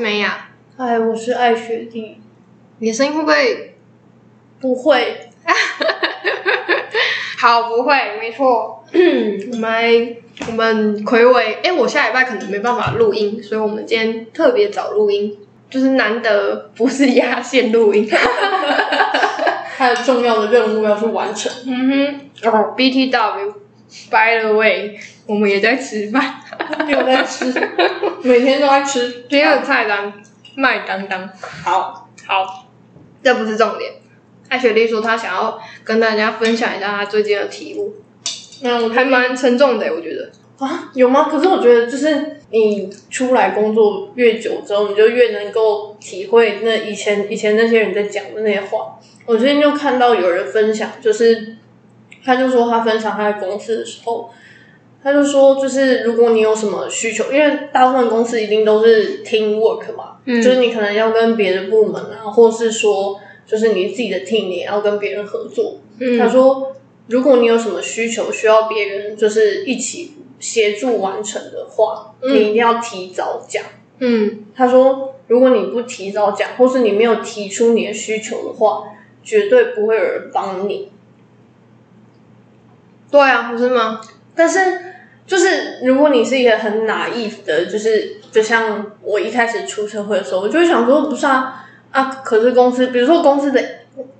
美雅，嗨，哎我是艾雪莉，你的声音会不会？ 不会，好，不会，没错。 我们来我们魁伟，哎、我下礼拜可能没办法录音，所以我们今天特别早录音，就是难得不是压线录音。 还有重要的任务要去完成。嗯哼，哦，BTW。By the way，我们也在吃饭，又在吃， 每天都在吃。啊第二菜单麦当当。好，好，这不是重点。艾雪莉说她想要跟大家分享一下她最近的体悟，那我还蛮沉重的，我觉得。啊，有吗？可是我觉得，就是你出来工作越久之后，你就越能够体会那以前以前那些人在讲的那些话。我最近就看到有人分享，就是他就说他分享他的公司的时候，他就说就是如果你有什么需求，因为大部分公司一定都是 team work 嘛，嗯就是你可能要跟别的部门啊，或是说就是你自己的 team 你也要跟别人合作，他嗯说，如果你有什么需求需要别人就是一起协助完成的话，嗯你一定要提早讲。嗯他说，如果你不提早讲，或是你没有提出你的需求的话，绝对不会有人帮你。对啊，不是吗？但是，就是如果你是一个很 naive 的，就是就像我一开始出社会的时候，我就会想说，不是啊啊，可是公司，比如说公司的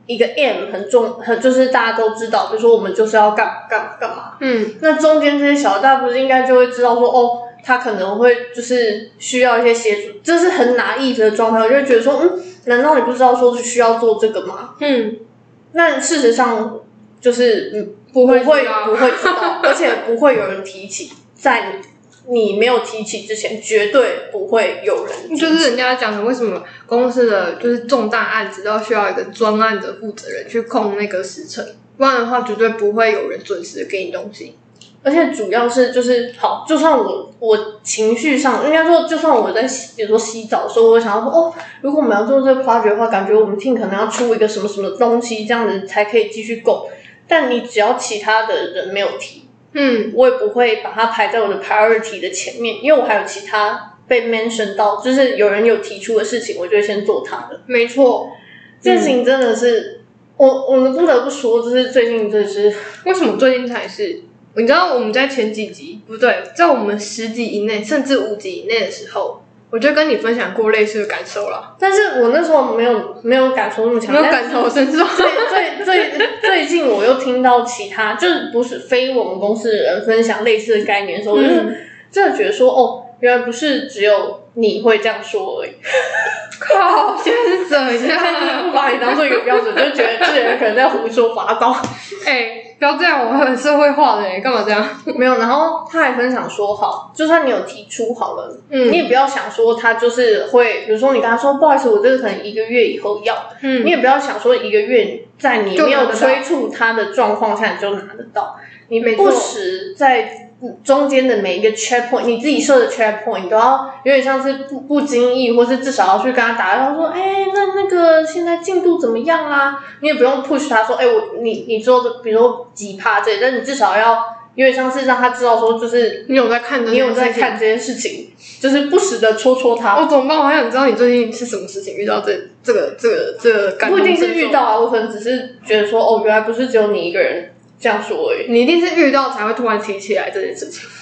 一个 M 很重，很就是大家都知道，比如说我们就是要干嘛干嘛干嘛。嗯那中间这些小大不是应该就会知道说，哦，他可能会就是需要一些协助，这是很拿意的状态，我就会觉得说，嗯，难道你不知道说是需要做这个吗？嗯，那事实上就是嗯不会不会知道不会知道，而且不会有人提起，在你没有提起之前，绝对不会有人嗯提起就是人家讲的，为什么公司的就是重大案子都需要一个专案的负责人去控那个时程，不然的话绝对不会有人准时给你东西。而且主要是就是好，就算我我情绪上，应该说，就算我在洗比如说洗澡的时候，我想要说哦，如果我们要做这个 project 的话，感觉我们 team 可能要出一个什么什么东西，这样子才可以继续 go。但你只要其他的人没有提，嗯我也不会把它排在我的 priority 的前面，因为我还有其他被 mention 到，就是有人有提出的事情，我就会先做它的。嗯没错。这件事情真的是，我我们不得不说，就是最近真的是为什么最近才是？你知道我们在前几集不对，在我们十集以内甚至五集以内的时候，我就跟你分享过类似的感受了，但是我那时候没有没有感受那么强，没有但感同身 受。最最 最最近我又听到其他就是不是非我们公司的人分享类似的概念的时候，我就是真的觉得说，哦，原来不是只有你会这样说 而已，靠，现在是怎样？不把你当做一个标准，就觉得这人可能在胡说八道。 哎、不要这样，我很社会化的、哎，干嘛这样？没有，然后他还分享说，好，就算你有提出好了，嗯你也不要想说他就是会，比如说你跟他说，不好意思，我这个可能一个月以后要，嗯你也不要想说一个月在你没就拿有得到催促他的状况下你就拿得到，你没错不时在中间的每一个 checkpoint，你自己设的 checkpoint，你都要有点像是不不经意，或是至少要去跟他打，然后说，哎、那那个现在进度怎么样啦？你也不用 push 他说，哎、我你你做的，比如说几趴这类，但你至少要有点像是让他知道说，就是你有在看的？你有在看？这件事情，就是不时的戳戳他。哦，怎么办？我好想知道你最近是什么事情遇到这这个这个这个感不同一身受定是遇到，啊，我可能只是觉得说，哦，原来不是只有你一个人这样说而已。你一定是遇到才会突然提起来这件事情。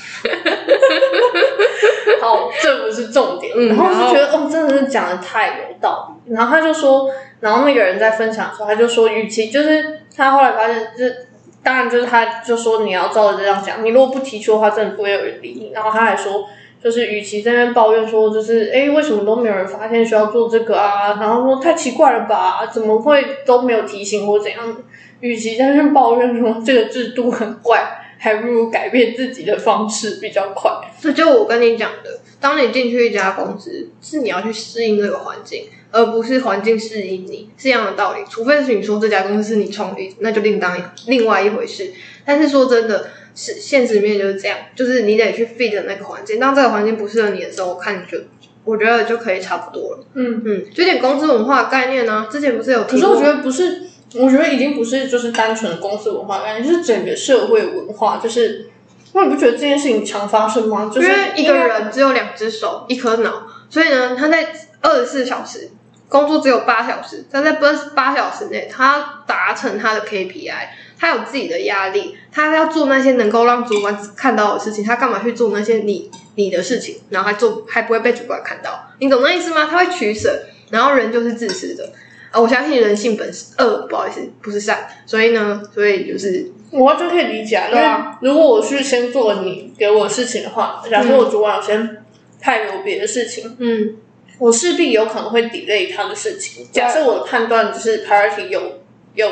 好，这不是重点。嗯然后然后就觉得，哦，真的是讲的太有道理。然后他就说，然后那个人在分享的时候，他就说，与其就是他后来发现，就是当然就是他就说你要照着这样讲，你如果不提出的话，真的不会有人理你。然后他还说。就是，与其在那边抱怨说，就是哎，诶为什么都没有人发现需要做这个啊？然后说太奇怪了吧，怎么会都没有提醒或怎样？与其在那边抱怨说这个制度很怪，还不如改变自己的方式比较快。这就我跟你讲的，当你进去一家公司，是你要去适应这个环境，而不是环境适应你，是一样的道理。除非是你说这家公司是你创立，那就另当一另外一回事。但是说真的，是现实面就是这样，就是你得去 fit 那个环境。当这个环境不适合你的时候，我看你就我觉得就可以差不多了。嗯，嗯，就有点公司文化的概念呢、之前不是有提可过？是我觉得不是，我觉得已经不是就是单纯的公司文化感觉，是整个社会文化。就是，我也不觉得这件事情常发生吗？就是因为一个人只有两只手、一颗脑，所以呢，他在二十四小时，工作只有八小时，但在八八小时内，他达成他的 KPI，他有自己的压力，他要做那些能够让主管看到的事情，他干嘛去做那些你你的事情，然后还做还不会被主管看到，你懂那意思吗？他会取舍，然后人就是自私的。啊，我相信人性本是恶，不好意思，不是善，所以呢，所以就是我就可以理解啊，因对为啊如果我去先做你给我的事情的话，假设我主管有先派给我别的事情，嗯，我势必有可能会 delay 他的事情。假设我的判断就是 priority 有有，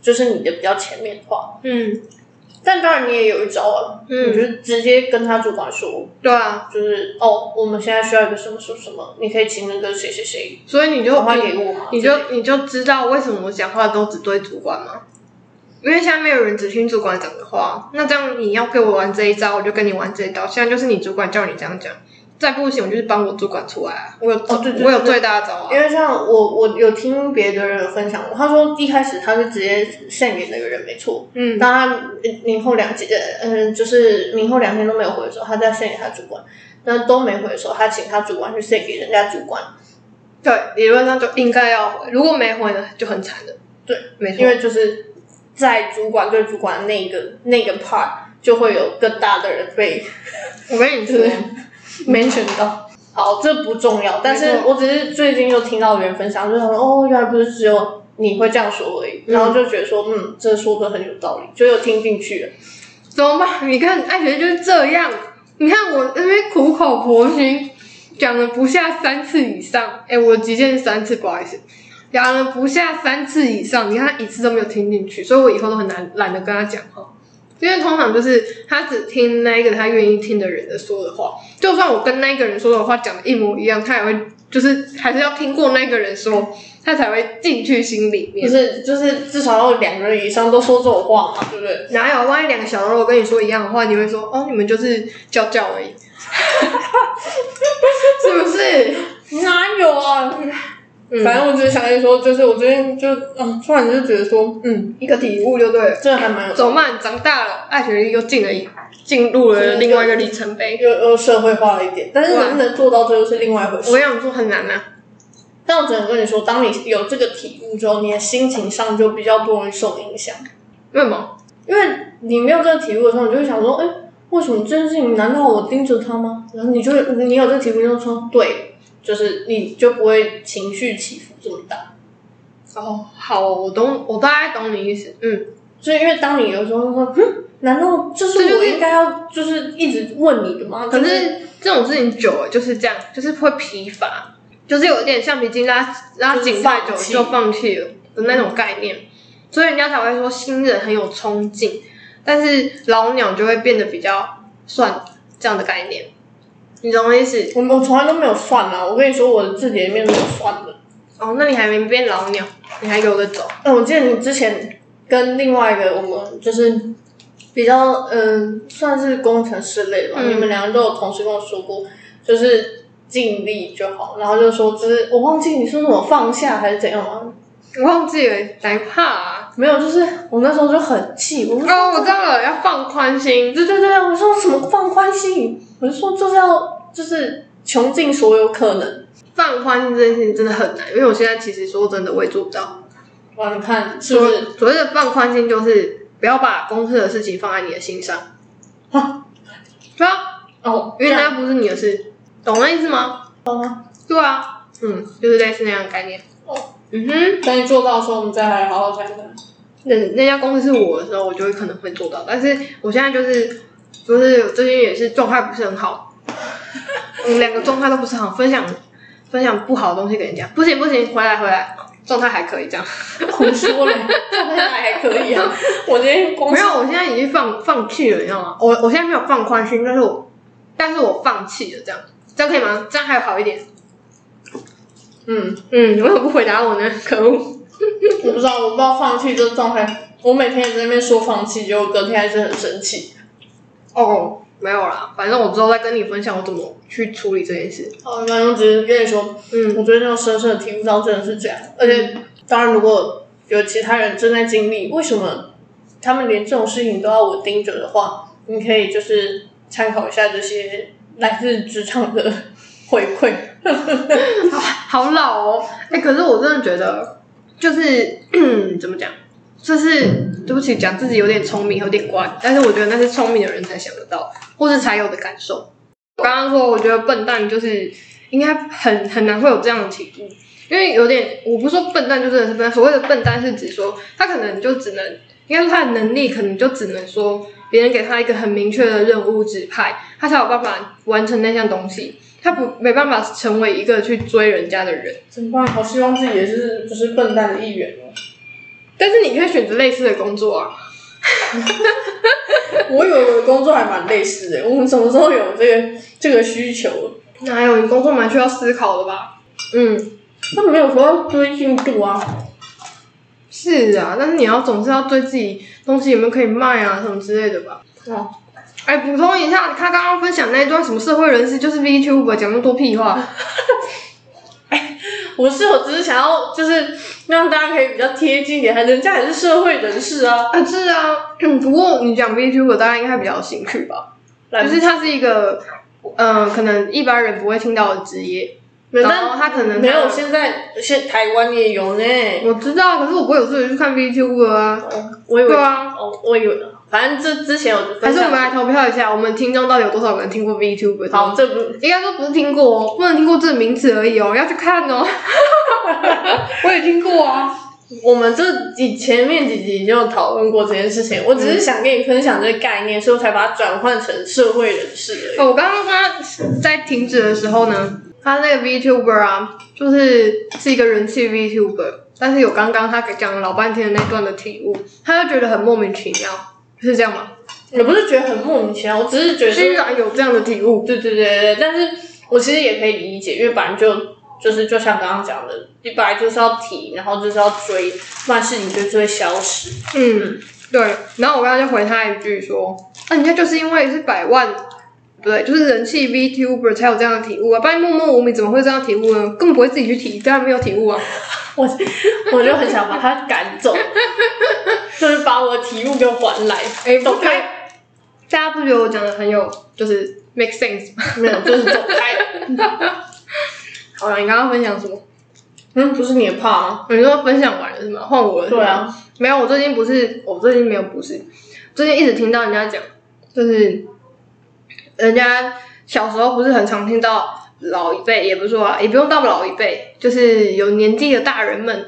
就是你的比较前面的话，嗯但当然你也有一招啊，你嗯，就直接跟他主管说，对啊，就是哦，我们现在需要一个什么什么什么，你可以请那个谁谁谁所以你就打电话给我嘛，你之类就的你就知道为什么我讲话都只对主管吗？因为下面有人只听主管讲的话，啊那这样你要跟我玩这一招，我就跟你玩这一招。现在就是你主管叫你这样讲，再不行我就是帮我主管出来啊，我有、哦对对我有对最大的招啊因。为像我，我有听别的人有分享过，他说一开始他是直接献给那个人，没错，嗯当他明后两天，呃嗯，就是明后两天都没有回的时候，他再献给他主管，那都没回的时候，他请他主管去献给人家主管，对，理论上就应该要回，如果没回呢就很惨的。对，没错因。为就是在主管对主管那个那个 part 就会有更大的人被我跟你说，对 mention 到。好，这不重要，但没是错我只是最近又听到别人分享，就想说哦，原来不是只有你会这样说而已，嗯然后就觉得说，嗯，这说的很有道理，就又听进去了。怎么办？你看爱学就是这样，你看我那边苦口婆心讲了不下三次以上，哎，我的极限是三次，不好意思，讲了不下三次以上，你看他一次都没有听进去，所以我以后都很难懒得跟他讲话。因为通常就是他只听那一个他愿意听的人的说的话，就算我跟那一个人说的话讲的一模一样，他也会就是还是要听过那个人说，他才会进去心里面就。是就是至少要两个人以上都说这种话嘛，对不对？哪有？万一两个小喽啰跟你说一样的话，你会说哦，你们就是叫叫而已， 是不是？哪有啊？嗯 反正我只是想跟你说，就是我最近就嗯，突然就觉得说，嗯，一个体悟就对了。这还蛮有怎么办？长大了，爱学力又进了一进入了另外一个里程碑。又又社会化了一点，但是能不能做到这又是另外一回我事。想说很难啊，但我只能跟你说，当你有这个体悟之后，你的心情上就比较不容易受影响，为什么？因为你没有这个体悟的时候，你就会想说，哎，为什么这件事情？难道我盯着他吗？然后你就会你有这个体悟，就说对，就是你就不会情绪起伏这么大。哦，好哦，我懂，我大概懂你意思。嗯，所以，因为当你有时候说，哼，难道这这是就我是应该要就是一直问你的吗？可就是是这种事情久了就是这样，就是会疲乏，就是有点橡皮筋拉拉紧太久就是放弃就放弃了的那种概念，所以人家才会说新人很有冲劲，但是老鸟就会变得比较算这样的概念，你懂我意思？我我从来都没有算啊！我跟你说，我的字典里面没有算的。哦，那你还没变老鸟，你还有的走。嗯，我记得你之前跟另外一个我们就是比较嗯、算是工程师类吧，嗯你们两个都有同时跟我说过，就是尽力就好，然后就说就是我忘记你说什么放下还是怎样啊？我忘记了哪一怕啊？没有，就是我那时候就很气，我说哦，我知道了，要放宽心。对对对，我说什么放宽心，我就说就是要就是穷尽所有可能。放宽心这件事情真的很难，因为我现在其实说真的，我也做不到。哇，你看是不是？所谓的放宽心，就是不要把公司的事情放在你的心上。啊对啊，哦，因为这样那不是你的事，懂那意思吗？懂啊。对啊，嗯，就是类似那样的概念。哦嗯哼，等你做到的时候，我们再来好好谈谈。那那家公司是我的时候，我就会可能会做到，但是我现在就是就是最近也是状态不是很好，嗯，两个状态都不是很好，分享分享不好的东西给人家，不行不行，回来回来，状态还可以这样。胡说 了，状态还可以啊。我今天光没有，我现在已经放放弃了，你知道吗？我我现在没有放宽心，但是我但是我放弃了，这样这样可以吗？这样还好一点。嗯，嗯，你为什么不回答我呢？可恶！我不知道，我不知道放弃这个状态。我每天也在那边说放弃，结果隔天还是很生气。哦，没有啦，反正我之后再跟你分享我怎么去处理这件事。好，反正我只是跟你说，嗯，我最近就深深的体悟到真的是这样。而且，当然如果有其他人正在经历，为什么他们连这种事情都要我盯着的话，你可以就是参考一下这些来自职场的回馈。 好老哦。哎、可是我真的觉得，就是 怎么讲，就是对不起，讲自己有点聪明，有点乖，但是我觉得那是聪明的人才想得到，或是才有的感受。我刚刚说，我觉得笨蛋就是应该很很难会有这样的体悟，因为有点，我不是说笨蛋就真的是笨蛋，所谓的笨蛋是指说他可能就只能，应该说他的能力可能就只能说别人给他一个很明确的任务指派，他才有办法完成那项东西，他不没办法成为一个去追人家的人。怎么办？好希望自己也是就是笨蛋的一员哦。但是你可以选择类似的工作啊，我有有工作还蛮类似的，我们什么时候有这个这个需求？哪哎有你工作蛮需要思考的吧？嗯，那没有说要追进度啊，是啊，但是你要总是要对自己东西有没有可以卖啊什么之类的吧。哦，哎，补充一下，他刚刚分享那一段什么社会人士就是 VTuber，讲那么多屁话，我是我只是想要就是让大家可以比较贴近一点，人家也是社会人士啊，啊，是啊，嗯不过你讲 VTuber，大家应该比较有兴趣吧？来就是它是一个，嗯、可能一般人不会听到的职业。然后他可能嗯没有，他现在现台湾也有呢，我知道，可是我不会有自己去看 VTuber 啊。我以为对啊，哦，我以为，反正这之前有 还分是我享们来投票一下，我们听众到底有多少人听过 VTuber？好，，这不应该说不是听过哦，不能听过这个名词而已哦，要去看哦。 我也听过啊，我们这几前面几集就有讨论过这件事情，我只是想跟你分享这个概念，所以我才把它转换成社会人士而已。 哦我刚刚他在停止的时候呢，他那个 VTuber 啊，就是是一个人气 VTuber，但是有刚刚他讲了老半天的那段的体悟，他就觉得很莫名其妙，是这样吗？也不是觉得很莫名其妙，我只是觉得，居然有这样的体悟，对对对对，但是我其实也可以理解，因为本来就就是就像刚刚讲的，你本来就是要提，然后就是要追，不然事情就是会消失。嗯，对。然后我刚刚就回他一句说，那、人家就是因为是百万，不对，就是人气 VTuber 才有这样的体悟啊，不然默默无名怎么会有这样的体悟呢？根本不会自己去体，当然没有体悟啊。我我就很想把他赶走， 就是把我的题目给我还来。哎，走不开对，大家不觉得我讲的很有就是 make sense 吗？没有，就是走开。 好了，你刚刚分享什么？嗯，不是你的怕吗？你说分享完了是吗？换我了。对，啊，没有，我最近不是，我最近没有不是，最近一直听到人家讲，就是人家小时候不是很常听到老一辈，也不是说、啊、也不用到老一辈，就是有年纪的大人们，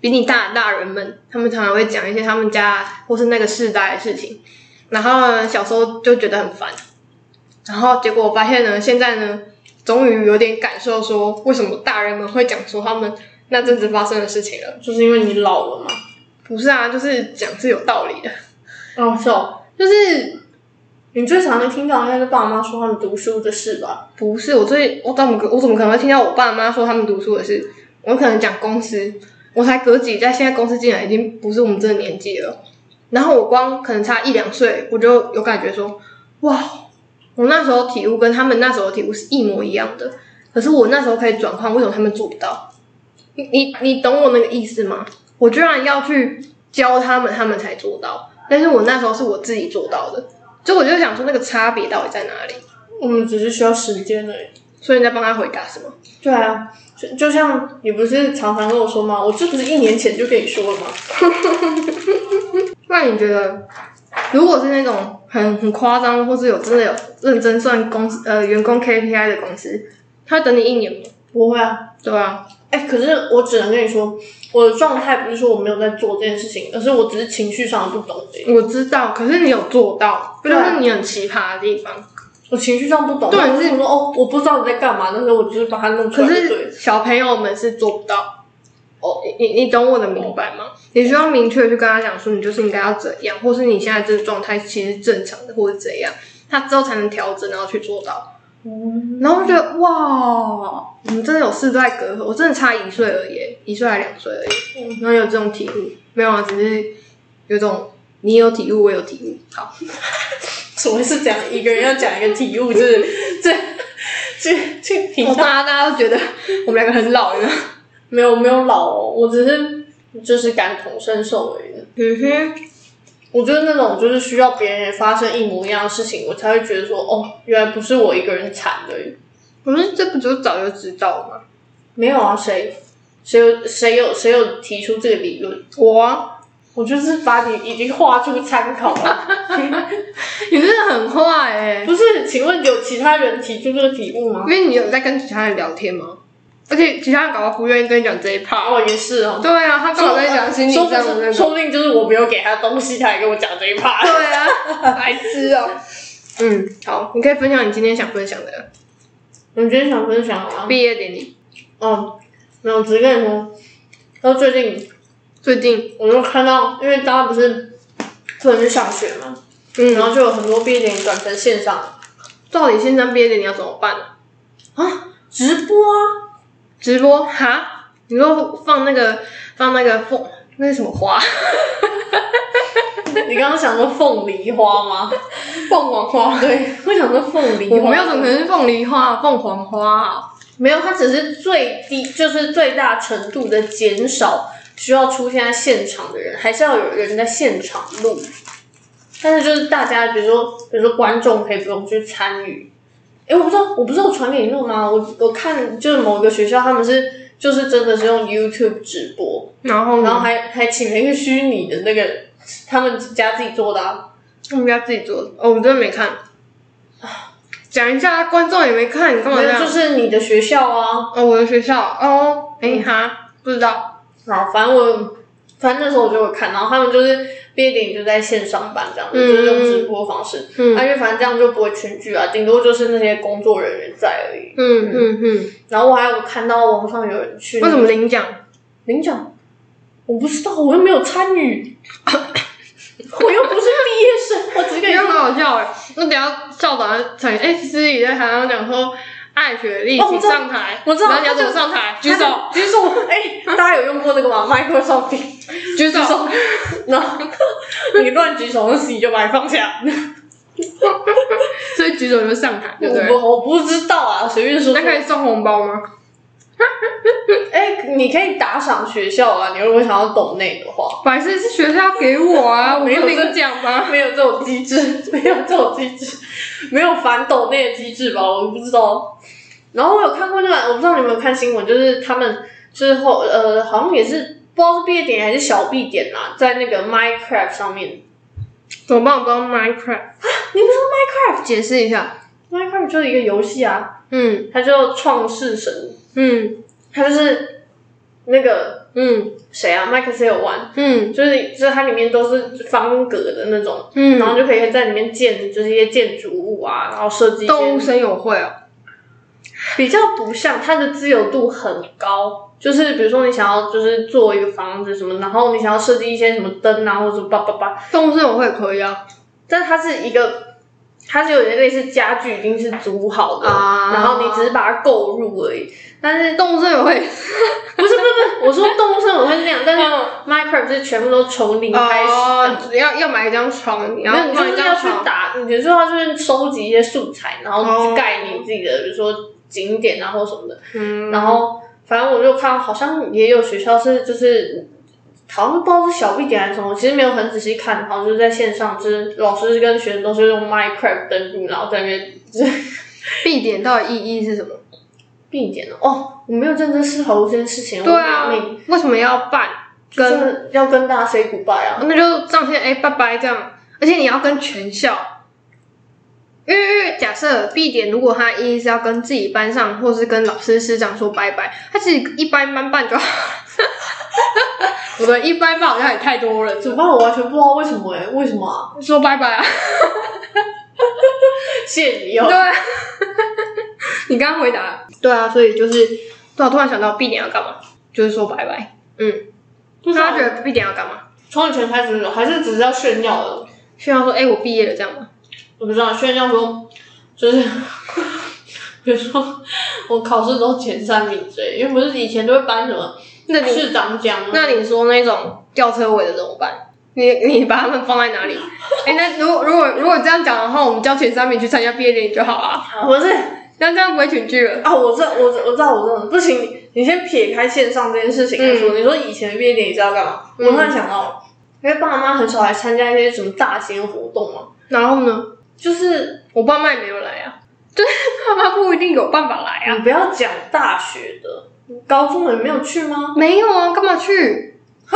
比你大的大人们，他们常常会讲一些他们家或是那个世代的事情，然后呢小时候就觉得很烦，然后结果我发现呢，现在呢，终于有点感受说为什么大人们会讲说他们那阵子发生的事情了。就是因为你老了嘛。不是啊，就是讲是有道理的，哦，是哦。就是你最常听到应该是爸妈说他们读书的事吧？不是我最我怎么可我怎么可能会听到我爸妈说他们读书的事？我可能讲公司，我才隔几代，现在公司进来已经不是我们这个年纪了。然后我光可能差一两岁，我就有感觉说，哇，我那时候体悟跟他们那时候的体悟是一模一样的，可是我那时候可以转换，为什么他们做不到？你你你懂我那个意思吗？我居然要去教他们，他们才做到，但是我那时候是我自己做到的，所以我就想说那个差别到底在哪里？我们只是需要时间而已。所以你在帮他回答是吗？对啊，就就像你不是常常跟我说吗？我这不是一年前就跟你说了吗？那你觉得，如果是那种很很夸张，或是有真的有认真算公司呃员工 KPI 的公司，他会等你一年吗？不会啊。对啊，哎、可是我只能跟你说，我的状态不是说我没有在做这件事情，而是我只是情绪上的不懂而已。我知道，可是你有做到，这对就啊是你很奇葩的地方。我情绪上不懂，对我就是说哦，我不知道你在干嘛，但是我就是把它弄可出来就对是了。小朋友们是做不到。哦，你你你懂我的明白吗？你需要明确地去跟他讲说，你就是应该要怎样，或是你现在这个状态其实正常的，或者怎样，他之后才能调整，然后去做到。嗯，然后我就觉得哇，我们真的有世代隔阂，我真的差一岁而已，一岁还两岁而已，嗯然后有这种体悟，没有啊，只是有种你有体悟，我有体悟，好，所谓是讲一个人要讲一个体悟，就是这这这体我怕大家都觉得我们两个很老了，没有没有老、哦，我只是就是感同身受而已。嗯哼，我就是那种就是需要别人也发生一模一样的事情，我才会觉得说哦，原来不是我一个人惨的。不是这不就早就知道了吗？没有啊，谁谁有谁有谁有提出这个理论？我啊，我就是把你已经画出参考了。你真的很坏哎、不是，请问有其他人提出这个题目吗因？为你有在跟其他人聊天吗？而且其他人搞不好不愿意跟你讲这一 part。哦，也是哦。对啊，他刚好在讲心理说上不的那定个。说不定就是我没有给他东西，他也跟我讲这 一 part。对啊，白痴哦、嗯，好，你可以分享你今天想分享的我今天想分享啊，毕业典礼。哦，没有，只是跟你说，然后最近最近，我就看到，因为大家不是不能去上学嘛，然嗯，后就有很多毕业典礼转成线上到底现在毕业典礼要怎么办呢、啊，直播啊，直播哈？你说放那个放那个凤那是什么 花？你刚刚想说凤梨花吗？ 凤凰花？对，我想说凤梨花，我没有，怎么可能是凤梨花、凤凰花啊？没有，它只是最低，就是最大程度的减少需要出现在现场的人，还是要有人在现场录。但是就是大家，比如说，比如说观众可以不用去参与。诶，我不知道，我不是有传给你录吗？我我看就是某个学校，他们是就是真的是用 YouTube 直播，然后呢然后还还请了一个虚拟的那个他们家自己做的、啊，他们家自己做的，哦，我真的没看。讲一下，观众也没看，你干嘛没这有样？就是你的学校啊，哦，我的学校哦，哎、嗯哈，不知道。好，反正我反正那时候我就有看，然后他们就是毕业典礼就在线上办这样子，嗯就是用直播方式，嗯而且反正这样就不会群聚啊，顶多就是那些工作人员在而已。嗯嗯嗯，然后我还有看到网上有人去，为什么领奖？领奖？我不知道，我又没有参 与，我又不是毕业生，我只是 这跟你样说。很好笑哎、那等一下校长才哎，思雨在台上讲说，爱学历哦我请知道上台，我知道然后你要他就怎么上台？举手，举手！哎、大家有用过那 个吗？Microsoft，举手。然后你乱举手，那自己就把你放下。所以举手就上台，对不我对？不我不知道啊，随便说说。那可以送红包吗？哎、你可以打赏学校啊，你如果想要懂内的话，百事是学校给我啊，我没有不这领奖吗？没有这种机制， 没有这种机制，没有反抖内的机制吧？我不知道。然后我有看过那个，我不知道你有没有看新闻，就是他们之后呃，好像也是不知道是毕业典礼还是小毕典啦、在那个 Minecraft 上面，你怎么办？我不知道 Minecraft，不知道解释一下。 Minecraft？Minecraft 就是一个游戏啊，嗯它叫创世神，嗯它就是那个嗯谁啊，麦克斯有玩，嗯就是就是它里面都是方格的那种。然嗯，后就可以在里面建就是一些建筑物啊，然后设计一些动物声友会哦。比较不像它的自由度很高，就是比如说你想要就是做一个房子什么，然后你想要设计一些什么灯啊或者叭叭叭，动物声友会可以啊，但它是一个。它是有点类似家具，已经是组好的，啊然后你只是把它购入而已。但是动物声友会不是不是不是，我说动物森友会是那样，但是 Minecraft 是全部都从零嗯开始的，哦，要要买一张床，然没有，后你就换一是要张去床，打，你就是要去收集一些素材，然后去哦盖你自己的，比如说景点啊或什么的。嗯，然后反正我就看，好像也有学校是就是，好像不知道是小 B 点还是什么，其实没有很仔细看，好像就是在线上，就是老师跟学生都是用 Minecraft 登录，然后在那边就是 必点到底意义是什么？闭点了。哦，我没有认真思考过这件事情，对啊我没，为什么要办？真跟的要跟大家 say goodbye 啊。那就上线哎，拜拜这样，而且你要跟全校，因为因为假设 B 点如果他一是要跟自己班上或是跟老师师长说拜拜，他其实一般般办就好了。我的一般班好像也太多人，怎就么办？我完全不知道为什么哎、为什么啊？说拜拜啊。谢谢你哦对。啊，你刚刚回答了。对啊，所以就是，对啊，突然想到 B 点要干嘛，就是说拜拜。嗯，不知道大家觉得 B 点要干嘛？从以前开始还是只是要炫耀的。炫耀说，哎、我毕业了这样吗？我不知道，炫耀说就是， 比如说我考试都前三名之类，因为不是以前都会颁什么那你市长奖啊吗？那你说那种吊车尾的怎么办？你你把他们放在哪 里？哎、那如果如果如果这样讲的话，我们叫前三名去参加毕业典礼就好啊。不是那这样不会群聚了。啊，我这我这我知道我真的不行，你先撇开线上这件事情来说，你说以前的毕业典礼知道干嘛？我突然想到了，因为爸妈很少来参加一些什么大型活动嘛，然后呢，就是我爸妈也没有来啊。 爸妈不一定有办法来啊。你不要讲大学的，高中的没有去吗？没有啊，干嘛去？啊，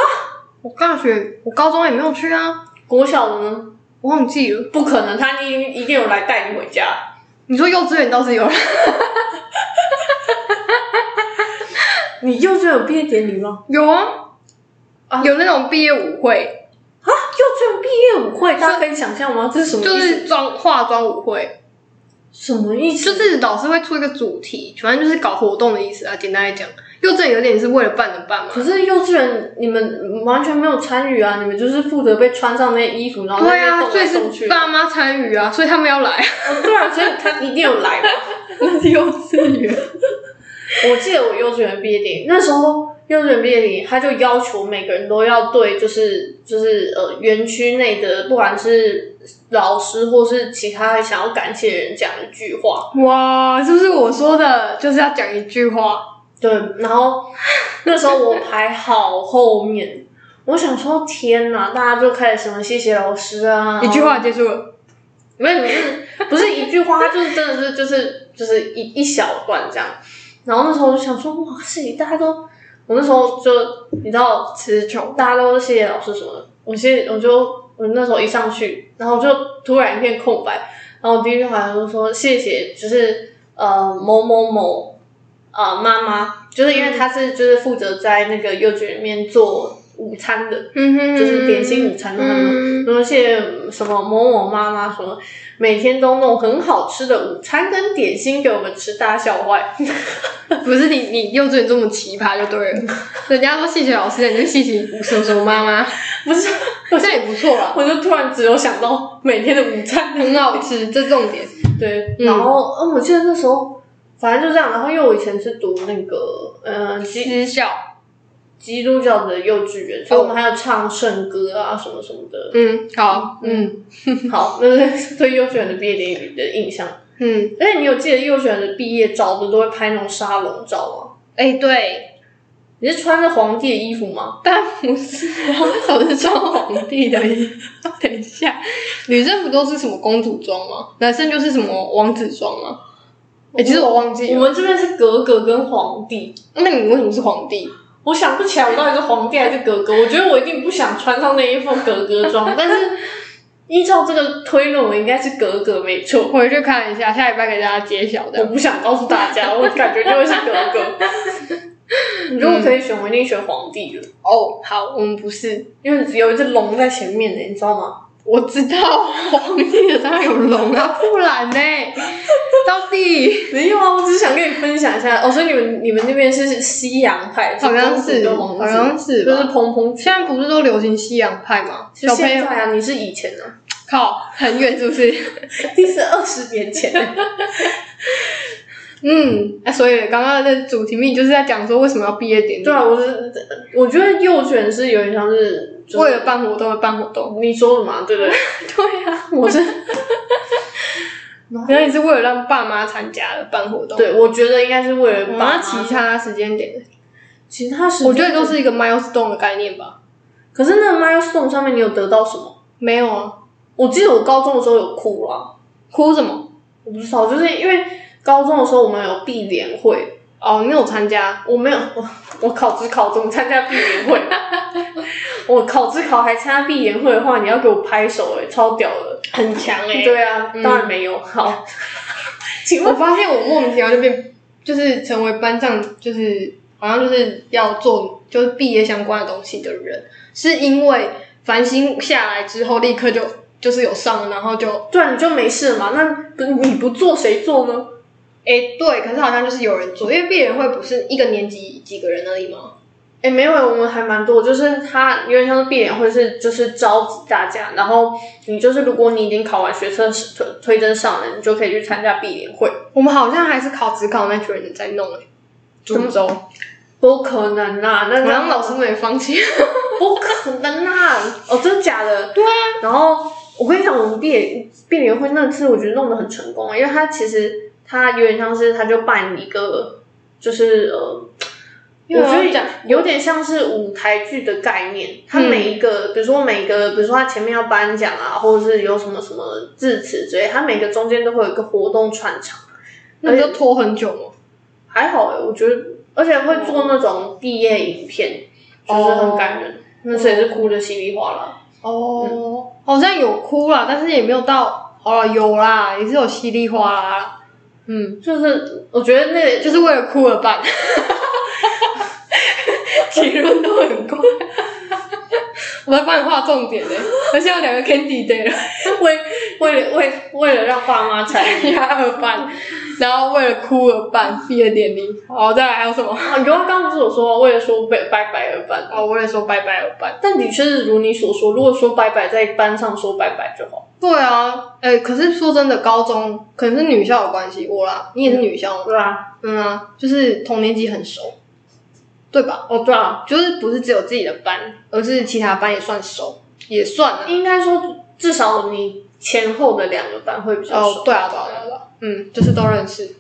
我大学我高中也没有去啊，国小的呢？我忘记了。不可能，他一定一定有来带你回家。你说幼稚园倒是有了，你幼稚园有毕业典礼吗？ 有啊，啊有那种毕业舞会，啊，幼稚园毕业舞会，大家可以想象吗？这是什么意就思？是妆化妆舞会，什么意就思？是老师会出一个主题，反正就是搞活动的意思啊。简单来讲，幼稚园有点是为了办的办嘛。可是幼稚园你们完全没有参与啊，你们就是负责被穿上那些衣服，然后在对那啊，边动所以来动去。是爸妈参与啊，所以他们要来。哦对啊，所以他一定有来嘛。那是 幼稚园。 我记得我幼稚园毕业典礼，那时候幼稚园毕业典礼，他就要求每个人都要对、就是，就是呃园区内的，不管是老师或是其他想要感谢的人讲一句话。哇，是不是我说的就是要讲一句话？对，然后那时候我排好后面，我想说天哪，大家就开始什么谢谢老师啊，一句话结束了。没有，不是不是一句话，它就是真的是就是就是一一小段这样。然后那时候我就想说，哇塞，大家都，我那时候就你知道，词穷，大家都谢谢老师什么的。我谢，我就我那时候一上去，然后就突然一片空白。然后我第一句话就说谢谢，就是呃某某某啊、呃妈妈，就是因为她是就是负责在那个幼稚园里面做午餐的，嗯哼就是点心啊午餐的那种。嗯，说谢谢什么某某妈妈什么，每天都弄很好吃的午餐跟点心给我们吃，大家笑坏。不是你，你幼稚园这么奇葩就对了。人家说谢谢老师，你就谢谢叔叔妈妈，不是， 好像也不错啦，我就突然只有想到每天的午餐。很好吃，这重点。 对，嗯然后嗯，我记得那时候反正就这样。然后因为我以前是读那个呃基私校，基督教的幼稚园，所以我们还有唱圣歌啊什么什么的。嗯，好，嗯好，那是 对幼稚园的毕业典礼的印象。嗯，而且你有记得幼稚园的毕业照不是都会拍那种沙龙照吗？哎、对，你是穿着皇帝的衣服吗？但不是啊，我是穿皇帝的衣服。 等一下，女生不都是什么公主装吗？男生就是什么王子装吗？哎、其实我忘记了。我们这边是格格跟皇帝，那你为什么是皇帝？我想不起来我到底是皇帝还是格格。我觉得我一定不想穿上那一副格格 装，但是依照这个推论，我应该是格格没错。回去看一下，下礼拜给大家揭晓我的。不想告诉大家，我感觉就会是格格。 如果可以选，我一定选皇帝了，哦，好，我们不是，因为有一只龙在前面呢，你知道吗？我知道皇帝的当然有龙啊，不然呢？到 底没有啊，我只是想跟你分享一下哦。所以你们你们那边是西洋派，好像是公主是，跟王子好像是就是吧？蓬蓬现在不是都流行西洋派吗？是小朋现友在啊，你是以前啊。靠，很远是不是？第是二十年前， 嗯，那所以刚刚的主题命就是在讲说为什么要毕业典礼，对啊，我是我觉得幼犬是有点像是、就是为了办活动而办活动。你说的嘛，对不 对？对啊，我是原来你是为了让爸妈参加而办活动。，对，我觉得应该是为了我爸妈妈其他时间点，其他时间，我觉得都是一个 milestone 的概念吧。可是那个 milestone 上面你有得到什么？没有啊，我记得我高中的时候有哭啊，哭什么？我不知道，就是因为高中的时候我们有毕联会，哦，你有参加？我没有我我考只考中参加毕 联会，我考只考还参加毕联会的话，你要给我拍手哎、超屌的。很强哎、对啊，嗯当然没有。好，请我发现我莫名其妙就变，就是成为班上就是好像就是要做就是毕业相关的东西的人，是因为繁星下来之后立刻就就是有上，然后就对啊，你就没事了嘛？那不你不做谁做呢？哎、对，可是好像就是有人做，因为毕业会不是一个年级几个人而已吗？哎，没有，我们还蛮多，就是他有点像是闭眼，或者是就是召集大家，然后你就是如果你已经考完学测试推推甄上了，你就可以去参加闭联会。我们好像还是考职考那群人在弄哎、欸，株洲，不可能啦，那好像那老师们也放弃。不可能啦！哦，真的假的？啊对啊，然后我跟你讲，我们毕业毕联会那次，我觉得弄得很成功，因为他其实他有点像是他就办一个，就是呃，因为我觉我要讲得有点像是舞台剧的概念。他每一个，嗯比如说每个，比如说他前面要颁奖啊，或者是有什么什么致辞之类，他每个中间都会有一个活动串场。 那你就拖很久吗？还好哎、我觉得，而且会做那种毕业影片，就是很感人，那谁是哭的稀里哗啦。哦，好像有哭啦，但是也没有到，好了有啦，也是有稀里哗啦啦，嗯，就是我觉得那就是为了哭而 办。结论都很怪， 我在帮你画重点呢、而且有两个 Candy Day 了，为为了为为了让爸妈参与。压而 办，然后为了哭而办毕业典礼。好，再来还有什么？啊，你刚刚不是有说为了说拜拜拜而办哦，为了说拜拜而办。但的确是如你所说，如果说拜拜，在班上说拜拜就好。对啊，哎、可是说真的，高中可能是女校有关系，我啦，你也是女校吗？对啊，嗯啊，就是同年级很熟，对吧？哦对啊，就是不是只有自己的班，而是其他班也算熟，也算啊。应该说至少你前后的两个班会比较哦，熟。对啊，对啊，对啊对啊，嗯，就是都认识，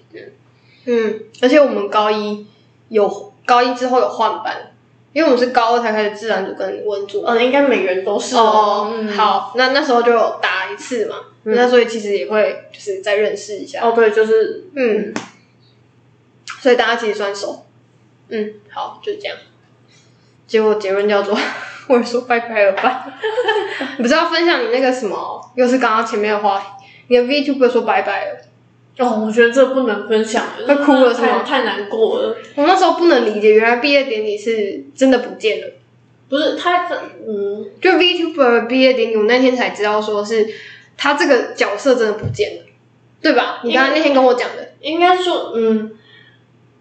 嗯，而且我们高一有高一之后有换班，因为我们是高二才开始自然组跟文组嘛，嗯，应该每个人都是哦，嗯好，那那时候就有打一次嘛，嗯那所以其实也会就是再认识一下，哦，对，就是嗯，所以大家其实算熟，嗯，好，就这样。结果结论叫做， 我说拜拜了吧， 你不是要分享你那个什么，又是刚刚前面的话题，你的 VTuber 说拜拜了，哦，我觉得这不能分享了，快哭了是吗太太难过了。我那时候不能理解，原来毕业典礼是真的不见了。不是他，嗯，就 VTuber 毕业典礼，我那天才知道说是他这个角色真的不见了，对吧？你刚刚那天跟我讲的应该说，嗯，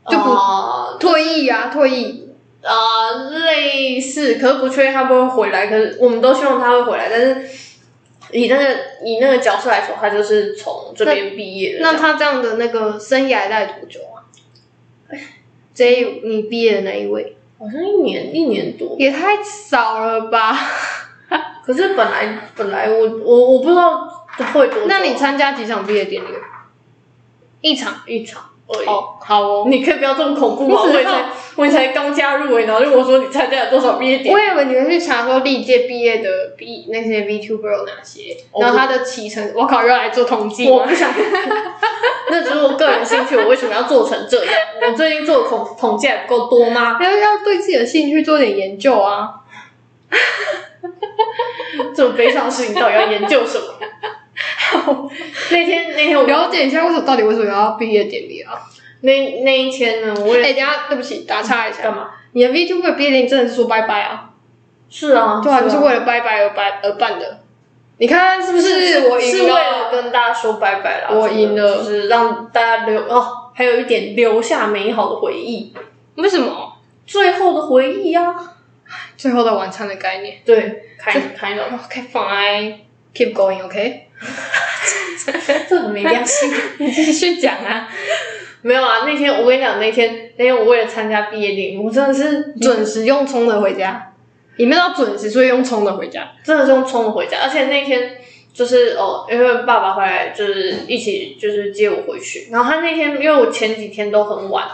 就不啊退役啊，退役，啊、类似，可是不确定他会不会回来。可是我们都希望他会回来，但是以那个以那个角色来说，他就是从这边毕业的这样。那他这样的那个生涯大概多久啊？ 这一你毕业的那一位好像一年一年多，也太少了 吧？可是本来本来我我我不知道会多久，那你参加几场毕业典礼？一场一场而已。哦，好哦。你可以不哦要这么恐怖吗？你我只也是才我也才刚加入而已然后就我说你参加了多少毕业典礼我以为你会去查说历届毕业的毕那些 VTuber 有哪些，然后他的启程，我靠，要来做统计吗我不想， 那只是我个人兴趣。我为什么要做成这样？我最近做的统统计还不够多吗？要要对自己的兴趣做点研究啊。这种悲伤的事情到底要研究什么？那天那天我了解一下为什么到底为什么要毕业典礼啊？那那一天呢，我哎、也等一下对不起，打岔一干下，嘛？你的 VTuber 毕业典礼真的是说拜拜啊？是啊，对啊，就是为了了拜拜而拜而办的。你看是不是我是赢为了了？跟大家说拜拜啦。我赢了就是让大家留哦，还有一点留下美好的回忆，为什么？最后的回忆啊。最后的晚餐的概念。对，开开了， Okay, fine. Keep going, OK？这很没良心。你继续讲啊， 没有啊，那天我跟你讲，那天那天我为了参加毕业典礼，我真的是 准时用冲的回家。你们要准时，所以用冲的回家。真的是用冲着回家，而且那天就是哦，因为爸爸回来就是一起就是接我回去，然后他那天因为我前几天都很晚，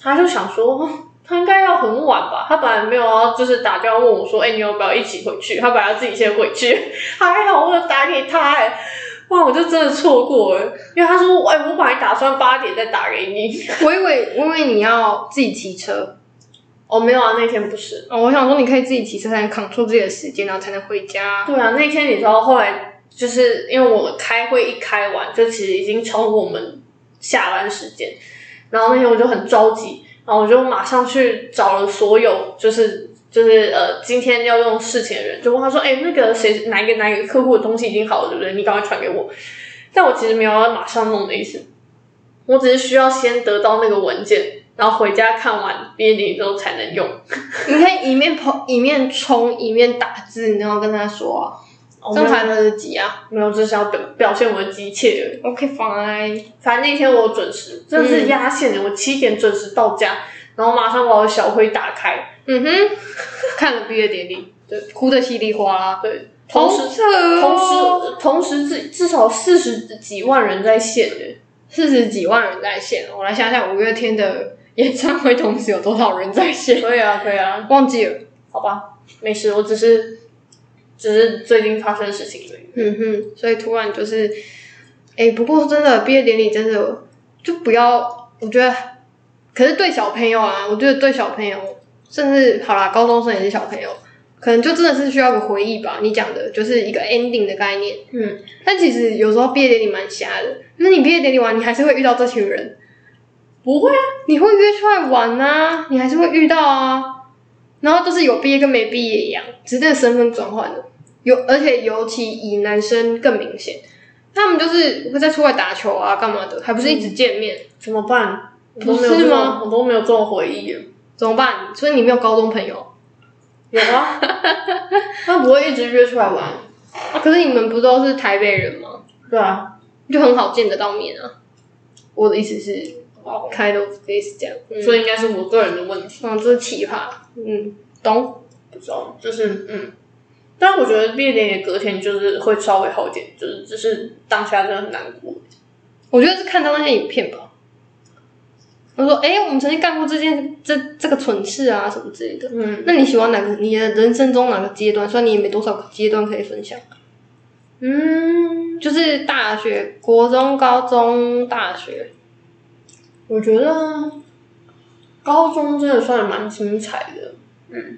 他就想说。哦他应该要很晚吧？他本来没有要，就是打电话问我说：“哎、你要不要一起回去？”他本来要自己先回去，还好我有打给他、哎，哇，我就真的错过了，因为他说：“哎、我本来打算八点再打给你。我以为，我以为你要自己骑车。”哦，没有啊，那天不是，哦，我想说，你可以自己骑车才能扛住自己的时间，然后才能回家。对啊，那天你知道后来就是因为我开会一开完，就其实已经超过我们下班时间，然后那天我就很着急，然后我就马上去找了所有就是。就是呃，今天要用事情的人就问他说：“哎、那个谁，哪一个哪一个客户的东西已经好了，对不对？你赶快传给我。”但我其实没有要马上弄的意思，我只是需要先得到那个文件，然后回家看完毕业典礼之后才能用。你可以一面跑一面冲一面打字，然后跟他说、啊，这样才来得及啊。没有，就是要表表现我的急切而已。 OK fine，反正那天我准时，嗯真的是压线的，我七点准时到家，然后马上把我的小灰打开，嗯哼， 看了毕业典礼，对，哭得稀里哗啦。对，同时、好扯同哦时同时至至少四十几万人在线的，四十几万人在线，我来想想五月天的演唱会同时有多少人在线， 可以啊，可以啊，忘记了。好吧，没事，我只是只是最近发生的事情而已。嗯哼，所以突然就是，哎、不过真的毕业典礼真的就不要，我觉得，可是对小朋友啊，我觉得对小朋友，甚至好啦，高中生也是小朋友，可能就真的是需要个回忆吧。你讲的就是一个 ending 的概念，嗯，但其实有时候毕业典礼蛮瞎的，就是你毕业典礼完，你还是会遇到这群人，不会啊，你会约出来玩啊，你还是会遇到啊，然后就是有毕业跟没毕业一样，只是这个身份转换了。有，而且尤其以男生更明显，他们就是会在出来打球啊，干嘛的，还不是一直见面，怎么办？我不都没有是这种吗？我都没有这种回忆耶。啊怎么办？所以你没有高中朋友，有 啊，他不会一直约出来玩。啊、可是你们不都是台北人吗？对啊，就很好见得到面啊。我的意思是，kind of this 这样，嗯、所以以应该是我个人的问题，嗯，这是奇葩，嗯，懂？不知道，就是嗯。但我觉得毕业典礼隔天就是会稍微好一点，就是就是当下真的很难过。我觉得是看到那些影片吧。他说：“哎、我们曾经干过这件这这个蠢事啊，什么之类的。嗯，那你喜欢哪个？你的人生中哪个阶段？虽然你也没多少个阶段可以分享，嗯，就是大学、国中、高中、大学，我觉得高中真的算蛮精彩的。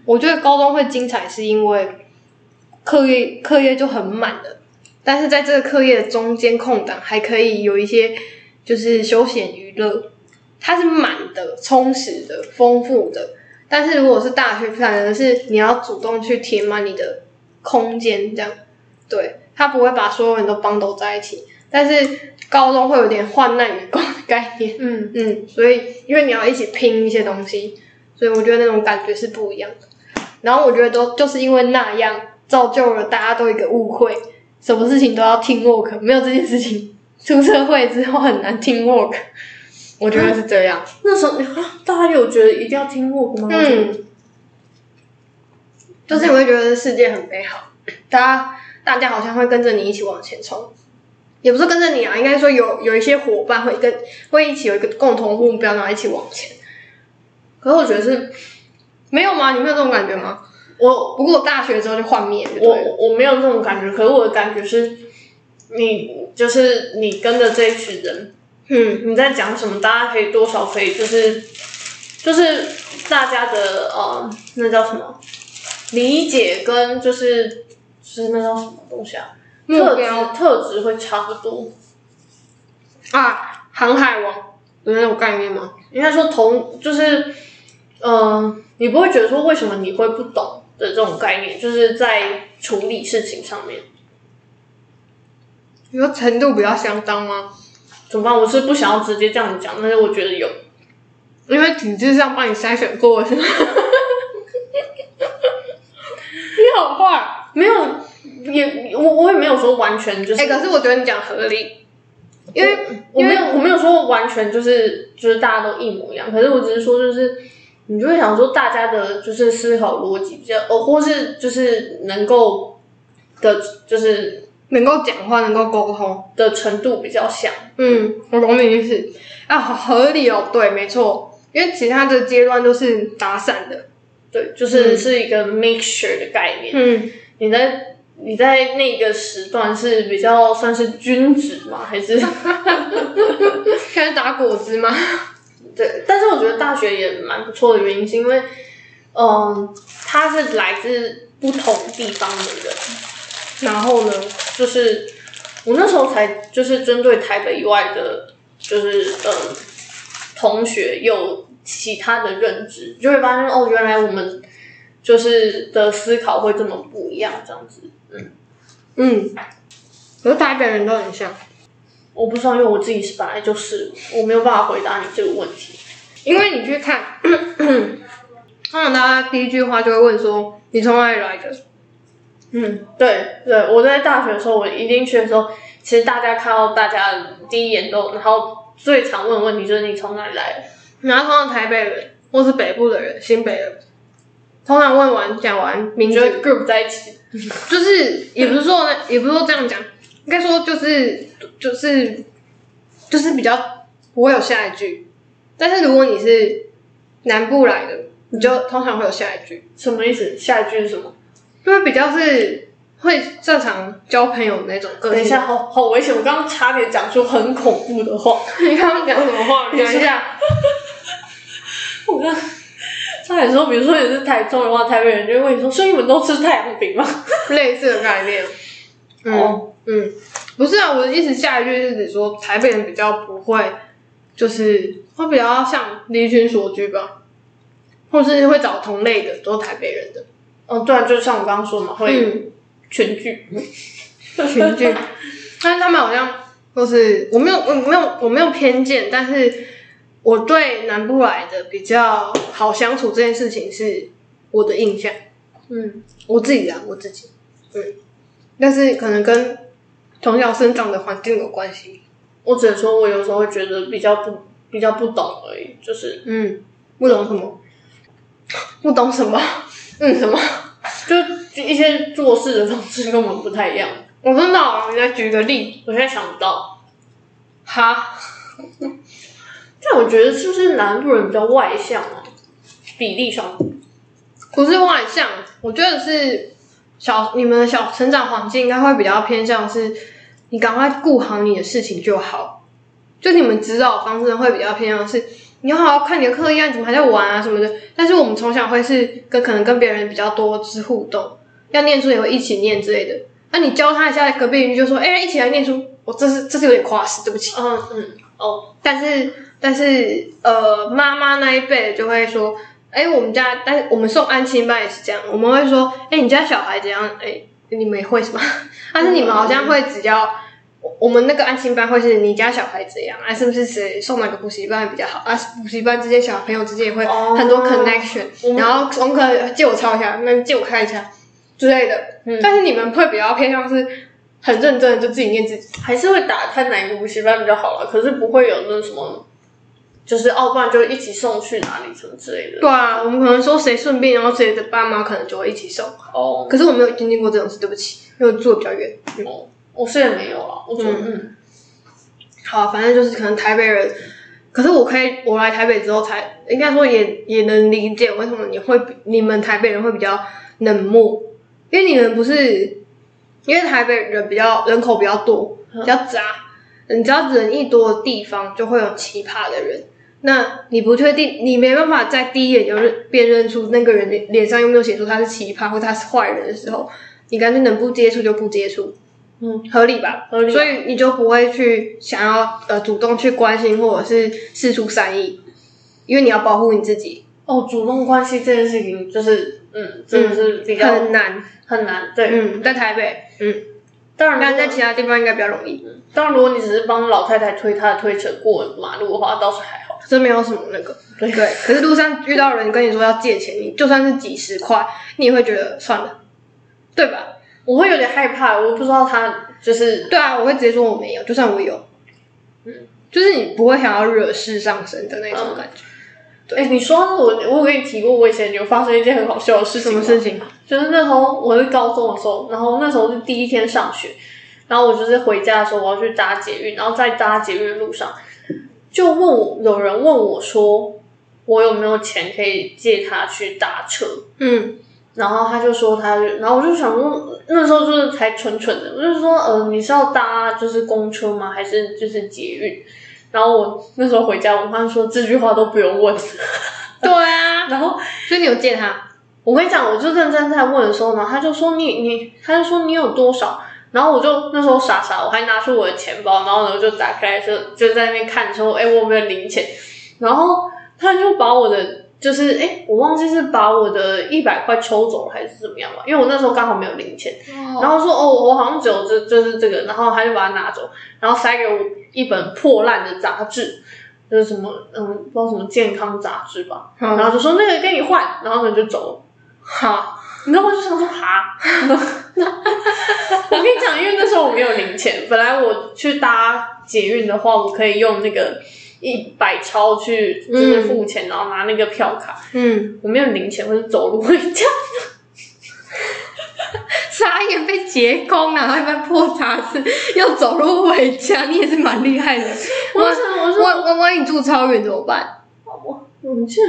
我觉得高中会精彩，是因为课业课业就很满了，但是在这个课业的中间空档，还可以有一些就是休闲娱乐，它是满的、充实的、丰富的。但是如果是大学，反而是你要主动去填满你的空间，这样对他不会把所有人都帮斗在一起。但是高中会有点患难与共的概念，嗯，嗯，所以因为你要一起拼一些东西，所以我觉得那种感觉是不一样的。然后我觉得都就是因为那样，造就了大家都有一个误会，什么事情都要 team work，没有这件事情， 出社会之后很难 team work。我觉得是这样，那时候啊，大家有觉得一定要听过吗？嗯，就是你会觉得世界很美好，大家大家好像会跟着你一起往前冲，也不是跟着你啊，应该说有有一些伙伴会跟会一起有一个共同目标，然后一起往前。可是我觉得是没有吗？你没有这种感觉吗？我不过我大学之后就幻灭，就对我了我没有这种感觉，可是我的感觉是，你就是你跟着这一群人，嗯，你在讲什么，大家可以多少可以就是就是大家的呃，那叫什么理解跟就是就是那叫什么东西啊，目特标质特质会差不多，啊，航海王有那种概念吗？应该说同就是嗯、呃你不会觉得说为什么你会不懂的这种概念，就是在处理事情上面。你说程度比较相当吗？怎么办？我是不想要直接这样讲，但是我觉得有。因为体制上帮你筛选过是吗？ 你好坏，没有，也我我也没有说完全就是，哎、可是我觉得你讲合理，因为我没因有我没有说完全就是就是大家都一模一样，可是我只是说就是，你就会想说大家的就是思考逻辑比较，哦，或是就是能够的，就是能够讲话，能够沟通，的程度比较像，嗯，我懂你意思啊，好合理哦，对，没错，因为其他的阶段都是打散的，对，就是嗯是一个 mixture 的概念。嗯，你在你在那个时段是比较算是均值吗？还是？ 开始打果汁吗？对，但是我觉得大学也蛮不错的原因，是因为，嗯，他是来自不同地方的人，然后呢？就是我那时候才就是针对台北以外的，就是嗯同学有其他的认知，就会发现哦，原来我们就是的思考会这么不一样，这样子。嗯，可是台北人都很像，我不知道，因为我自己是本来就是，我没有办法回答你这个问题。因为你去看， 通常大家第一句话就会问说你从哪里来的？嗯，对对，我在大学的时候，我一进去的时候，其实大家看到大家第一眼都，然后最常问的问题就是你从哪里来的？然后通常台北人或是北部的人、新北人，通常问完讲完名你觉字，得 group 在一起？就是也不是说也不是说这样讲，应该说就是就是就是比较不会有下一句。但是如果你是南部嗯来的，你就通常会有下一句。什么意思？下一句是什么？就是比较是会正常交朋友那种个性。等一下，，好好危险！我刚刚差点讲出很恐怖的话， 你刚刚讲什么话？你讲说一下。我刚差点说，比如说你是台中人或台北人，就会问你说，所以你们都吃太阳饼吗？ 类似的概念。嗯、哦嗯，不是啊，我的意思下一句是指说台北人比较不会，就是会比较像离群索居吧，或是会找同类的，都是台北人的。哦，对啊，就像我刚刚说嘛，会嗯，全聚。群聚， 但是他们好像就是我没有我没有我没有偏见，但是我对南部来的比较好相处这件事情是我的印象。嗯，我自己啊，我自己，嗯，但是可能跟从小生长的环境有关系，我只能说，我有时候会觉得比较不比较不懂而已，就是嗯，不懂什么，不懂什么，嗯，什么？就就一些做事的方式跟我们不太一样。我真的、哦，你来举个例，我现在想不到，哈，但我觉得是不是南部人比较外向啊？比例上，不是外向，我觉得是小你们的小成长环境应该会比较偏向是，你赶快顾好你的事情就好，就你们指导方针会比较偏向是。你要好好看你的课业啊，怎么还在玩啊什么的。但是我们从小会是跟可能跟别人比较多是互动，要念书也会一起念之类的。那、你教他一下，隔壁邻居就说：“哎、一起来念书。我这是这是有点夸饰，对不起。嗯嗯，哦，但是但是呃，妈妈那一辈就会说，哎、我们家，但是我们送安亲班也是这样，我们会说，哎、你家小孩怎样？哎、你们也会是吗？ 但是你们好像会只要。我我们那个安亲班会是你家小孩怎样啊？是不是谁送哪个补习班比较好啊？补习班之间小朋友之间也会哦很多 connection，、嗯然后功课借我抄一下，那你借我看一下之类的。嗯但是你们会比较偏向是很认真的就自己念自己，还是会打探哪个补习班比较好了，可是不会有那什么，就是哦，不然就一起送去哪里什么之类的。对啊，我们可能说谁顺便，然后谁的爸妈可能就会一起送。哦，可是我没有经历过这种事，对不起，因为我住的比较远。嗯，哦，我是也没有啦，我觉得嗯好、反正就是可能台北人，可是我可以，我来台北之后才，应该说也也能理解为什么你会比你们台北人会比较冷漠，因为你们不是，因为台北人比较人口比较多，比较杂，你只要人一多的地方就会有奇葩的人。那你不确定，你没办法在第一眼就认辨认出那个人脸脸上有没有写出他是奇葩或他是坏人的时候，你干脆能不接触就不接触，嗯，合理吧？合理啊所以你就不会去想要呃主动去关心或者是事出善意，因为你要保护你自己，哦，主动关系这件事情就是嗯，真的是比较很难。很难。对，嗯，在台北，嗯，当然但在如其果他地方应该比较容易，当然如果你只是帮老太太推她的推车过马路的话，倒是还好。这没有什么那个。对对，可是路上遇到人跟你说要借钱，你就算是几十块，你也会觉得算了，对吧？我会有点害怕，我不知道她就是对啊，我会直接说我没有，就算我有，嗯，就是你不会想要惹事上身的那种感觉。哎、你说到我我有跟你提过，我以前有发生一件很好笑的事什情吗，么事情？就是那时候我是高中的时候，然后那时候是第一天上学，啊然后我就是回家的时候我要去搭捷运，然后在搭捷运的路上，就问我有人问我说，我有没有钱可以借他去搭车？嗯，然后他就说他，然后我就想说，那时候就是才蠢蠢的，我就说，呃，你是要搭就是公车吗？还是就是捷运？然后我那时候回家，我妈说这句话都不用问。对啊，然后所以你有借他？我跟你讲，我就认真在问的时候呢，他就说你你，他就说你有多少？然后我就那时候傻傻，我还拿出我的钱包，然后呢就打开就就在那边看说，哎，我有没有零钱？然后他就把我的就是哎，我忘记是把我的一百块抽走了还是怎么样吧，因为我那时候刚好没有零钱。然然后后说哦，我好像只有这就是这个，然后他就把它拿走，然后塞给我一本破烂的杂志，就是什么嗯，不知道什么健康杂志吧，嗯然后就说那个跟你换，然后呢就走了。好，你知道我就想说哈，我跟你讲，因为那时候我没有零钱，本来我去搭捷运的话，我可以用那个一百钞去就是付钱，然后拿那个票卡。嗯，我没有零钱，我是走路回家。 傻眼被劫空了，然后一般破杂志要走路回家，你也是蛮厉害的。我想，我万说万万一你住超远怎么办？我，我们这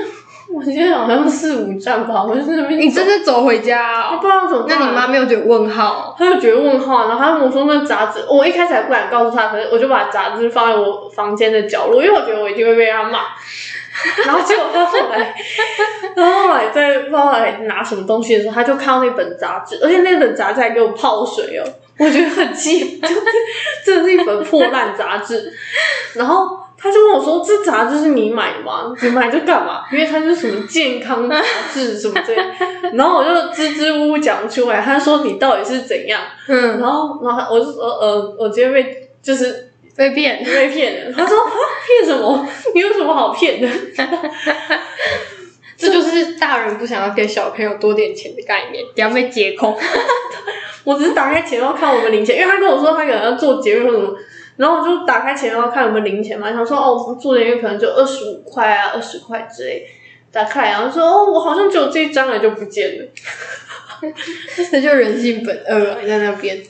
我记得好像四五站吧，我就在那边你真的走回家我哦、不知道怎么办那你妈没有觉得问号？他就觉得问号，然后他跟我说那杂志，我一开始还不敢告诉他，可是我就把杂志放在我房间的角落，因为我觉得我一定会被他骂。 然后结果他后来， 他后来在不知道来拿什么东西的时候，他就看到那本杂志，而且那本杂志还给我泡水哦，我觉得很气，就是真的是一本破烂杂志。然后他就问我说：“这杂志是你买的吗？你买这干嘛？”因为它是什么健康杂志什么之类的。然后我就支支吾吾讲出来，他说：“你到底是怎样？”嗯，然后，然后我就说，呃，我直接被就是被骗。被骗了。他说啊，骗什么？你有什么好骗的？这就是大人不想要给小朋友多点钱的概念，不要被解控。我只是打开钱包看我们零钱，因为他跟我说他可能要做节目什么，然后我就打开钱包看我们零钱嘛，想说哦，我们做节目可能就二十五块啊，二十块之类。打开，然后说哦，我好像只有这一张了，就不见了。 这就人性本恶啊，在那边。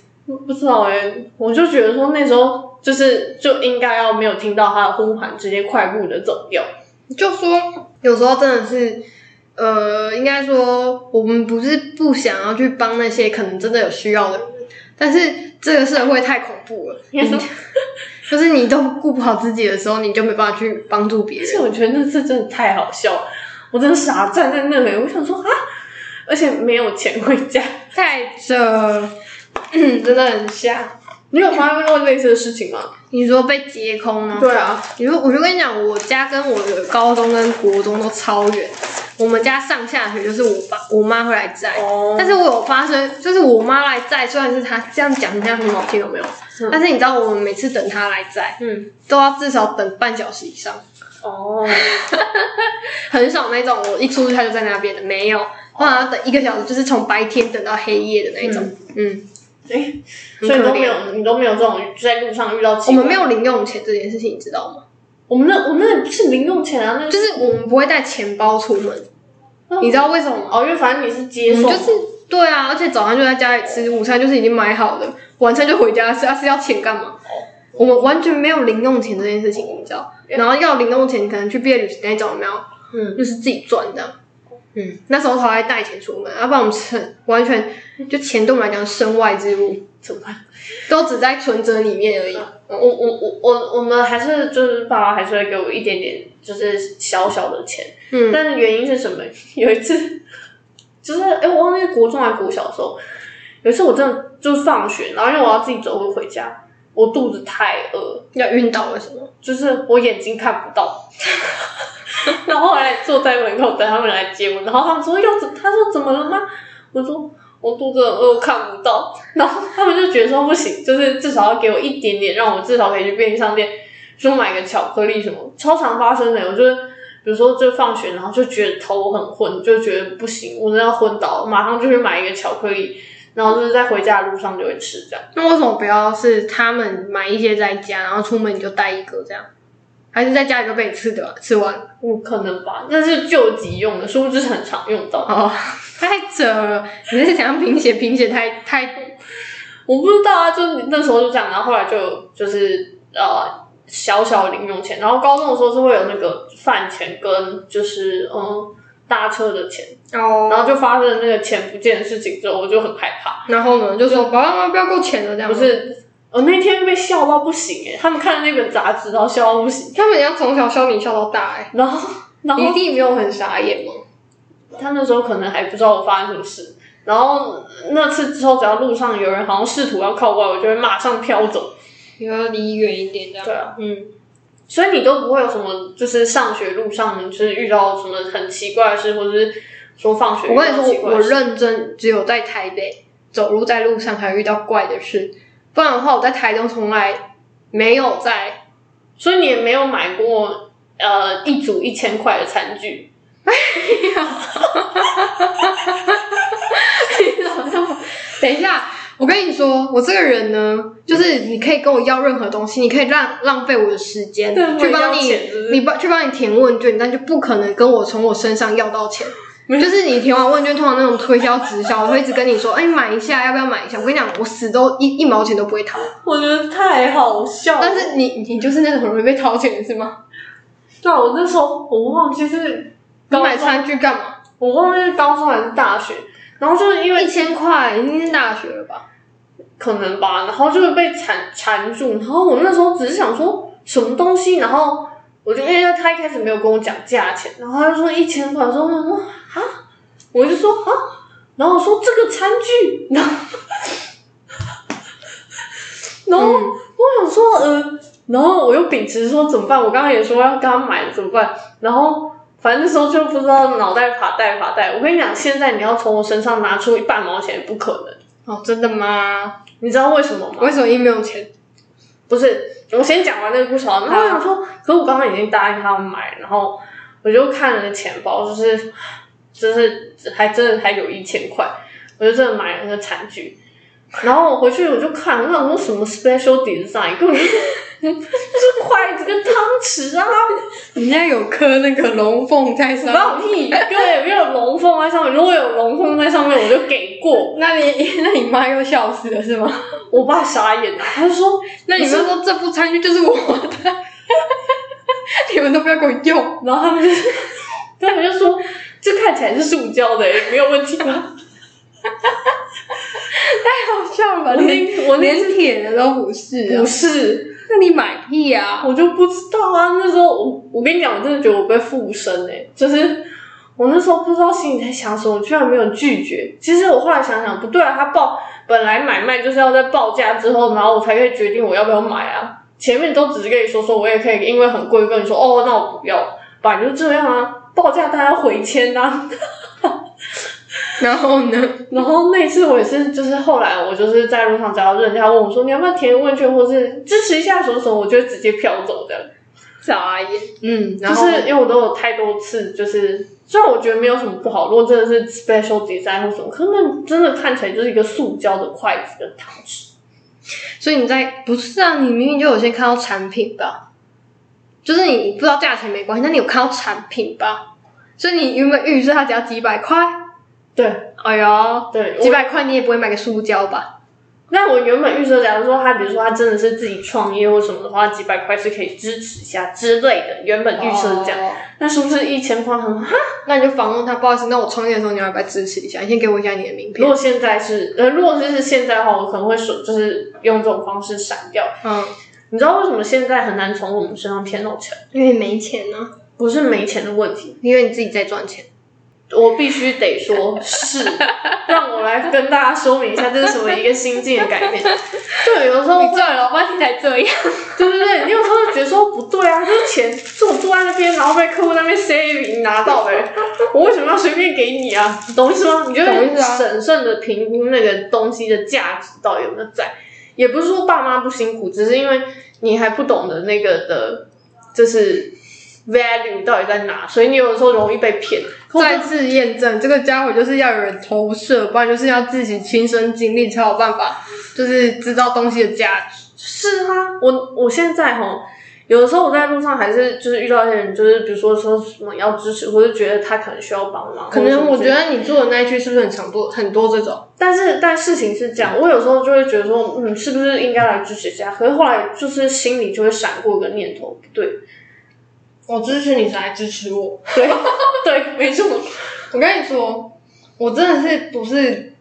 不知道哎、我就觉得说那时候就是就应该要没有听到他的呼喊，直接快步的走掉。就说有时候真的是，呃，应该说我们不是不想要去帮那些可能真的有需要的人，但是这个社会太恐怖了，你说就是你都顾不好自己的时候，你就没办法去帮助别而且人。我觉得那次真的太好笑了，我真的傻站在那里，我想说啊，而且没有钱回家。太扯，嗯真的很瞎。你有发生过类似的事情 吗？你说被劫空吗？对啊，你说，我就跟你讲，我家跟我的高中跟国中都超远，我们家上下学就是我爸我妈会来载，哦但是我有发生，就是我妈来载，虽然是她这样讲，这样很好听，有没有？嗯但是你知道，我们每次等她来载，嗯，都要至少等半小时以上， 哦，很少那种我一出去她就在那边的，没有，通常要等一个小时，就是从白天等到黑夜的那一种。嗯，哎，很所以可你都没怜。有，你都没有这种在路上遇到奇我怪们没，有零用钱这件事情，你知道吗？我们那我们那是零用钱啊，那就是我们不会带钱包出门，你知道为什么吗？哦，因为反正你是接你送，就是对啊，而且早上就在家里吃，午餐就是已经买好的，晚餐就回家吃，啊是要钱干嘛？我们完全没有零用钱这件事情，你知道？然后要零用钱，可能去毕业旅行那种，有没有？嗯，就是自己赚这样。嗯，那时候他还带钱出门，要、啊不然我们是完全就钱对我们来讲是身外之物，怎么办？都只在存折里面而已。我我我我我们还是就是爸爸还是会给我一点点就是小小的钱，嗯，但是原因是什么？有一次，就是哎、诶我忘记是国中还是国小的时候，有一次我真的就是放学，然后因为我要自己走路回家，我肚子太饿，要晕倒了什么？就是我眼睛看不到。 然后后来坐在门口等他们来接我，然后他们说要怎？他说怎么了吗？我说我肚子很饿，看不到。然后他们就觉得说不行，就是至少要给我一点点，让我至少可以去便利商店就买个巧克力什么。超常发生的，我就是比如说就放学，然后就觉得头很昏，就觉得不行，我真的要昏倒了，马上就去买一个巧克力，然后就是在回家的路上就会吃这样。那为什么不要是他们买一些在家，然后出门你就带一个这样？还是在家里就被你吃的吃完？嗯，可能吧，那是救急用的，殊不知很常用到。哦，太扯了！你是想要贫血？贫血太太我不知道啊，就那时候就这样，然后后来就就是呃小小的零用钱，然后高中的时候是会有那个饭钱跟就是嗯搭车的钱，哦。然后就发生了那个钱不见的事情之后，我就很害怕，然后呢，就说爸爸妈妈不要给我钱了，这样不吗，是。我那天被笑到不行哎、他们看那本杂志，然后笑到不行，他们要从小笑你笑到大哎、然后然后你弟没有很傻眼吗？他那时候可能还不知道我发生什么事，然后那次之后，只要路上有人好像试图要靠过来，我就会马上飘走。你要离远一点这样。对啊，嗯，所以你都不会有什么，就是上学路上就是遇到什么很奇怪的事，或者是说放学遇我到跟你奇说，怪我我的事。认真只有在台北走路在路上才遇到怪的事，不然的话我在台中从来没有在。所以你也没有买过呃一组一千块的餐具，等一下，我跟你说，我这个人呢，就是你可以跟我要任何东西，你可以浪浪费我的时间对我去也帮要你钱是不是你帮去帮你填问卷，但就不可能跟我从我身上要到钱。就是你填完问卷，通常那种推销直销，我会一直跟你说，哎、买一下，要不要买一下？我跟你讲，我死都一一毛钱都不会掏。我觉得太好笑了。但是你你就是那种很容易被掏钱的是吗？对啊，我那时候我忘记是你高买中，餐具干嘛？我忘记是高中还是大学，然后就是因为一千块已经是大学了吧？可能吧，然后就是被缠缠住，然后我那时候只是想说什么东西，然后我就因为他一开始没有跟我讲价钱，然后他就说一千块，我说我想说啊，我就说啊，然后我说这个餐具， 然后然后我想说呃，然后我又秉持说怎么办，我刚刚也说要跟他买怎么办，然后。反正那时候就不知道脑袋爬带爬带，我跟你讲，现在你要从我身上拿出一半毛钱不可能，哦，真的吗？你知道为什么吗？为什么一没有钱？不是，我先讲完那个故事好了。然后我想说，可我刚刚已经答应他们买，然后我就看了钱包，就是，就是还真的还有一千块，我就真的买了那个餐具。然后我回去我就看，我想说什么 special design，根本就是就是筷子跟汤匙啊，人家有颗那个龙凤在上面。放屁，根本也没有龙凤在上面。如果有龙凤在上面，我就给过。那你 那你妈又笑死了是吗？我爸傻眼了，他就说那你妈说这副餐具就是我的， 你们都不要给我用。然后他们就，他们就说这看起来是塑胶的、没有问题吧？好笑吧？我那我那连铁的都不是啊不！是，那你买屁啊！我就不知道啊。那时候我我跟你讲，我真的觉得我被附身哎、就是我那时候不知道心里在想什么，我居然没有拒绝。其实我后来想想不对啊，他报本来买卖就是要在报价之后，然后我才可以决定我要不要买啊。前面都只是跟你说说，我也可以因为很贵跟你说哦，那我不要，反正就这样啊。报价大家回签啊。 然后呢？然后那次我也是，就是后来我就是在路上，只要人家问我说你要不要填问卷，或是支持一下什么什么，我就会直接飘走的。傻眼。嗯，然就后是因为我都有太多次，就是虽然我觉得没有什么不好，如果真的是 special design 或什么，可能真的看起来就是一个塑胶的筷子跟汤匙。所以你在不是啊？你明明就有先看到产品吧？就是你不知道价钱没关系，但你有看到产品吧？所以你原本预设它只要几百块，对哎呦，对，几我百块你也不会买个塑胶吧？那我原本预设，假如说他比如说他真的是自己创业或什么的话，几百块是可以支持一下之类的，原本预设是这样，哦那是不是一千块很哈？那你就反问他，不好意思，那我创业的时候你要不要支持一下？你先给我一下你的名 如片。果现在是，呃，如果是现在的话，我可能会说，就是用这种方式闪掉。嗯，你知道为什么现在很难从我们身上骗到钱？因为没钱呢、不是没钱的问题，因为你自己在赚钱。我必须得 说是。让我来跟大家说明一下，这是什么一个心境的改变。就有的时候你，赚了老半天才这样。对对对，你有时候觉得说不对啊，就是钱是我坐在那啊边，然后被客户那边 saving 拿到的，我为什么要随便给你啊？懂意思吗？你就懂意会思啊审慎的评估那个东西的价值到底有没有在。也不是说爸妈不辛苦，只是因为你还不懂得那个的，就是 value 到底在哪，所以你有的时候容易被骗。可我再次验证，这个家伙就是要有人投射，不然就是要自己亲身经历才有办法，就是知道东西的价值。是啊，我我现在哈，有的时候我在路上还是就是遇到一些人，就是比如说说什么要支持，或者觉得他可能需要帮忙，可能或我者什么之觉类的，得你住的那一区是不是很常多很多这种？但是但事情是这样，我有时候就会觉得说，嗯，是不是应该来支持一下？可是后来就是心里就会闪过一个念头，不对， 我支持你，才支持我。对对，没错，我跟你说，我真的是不是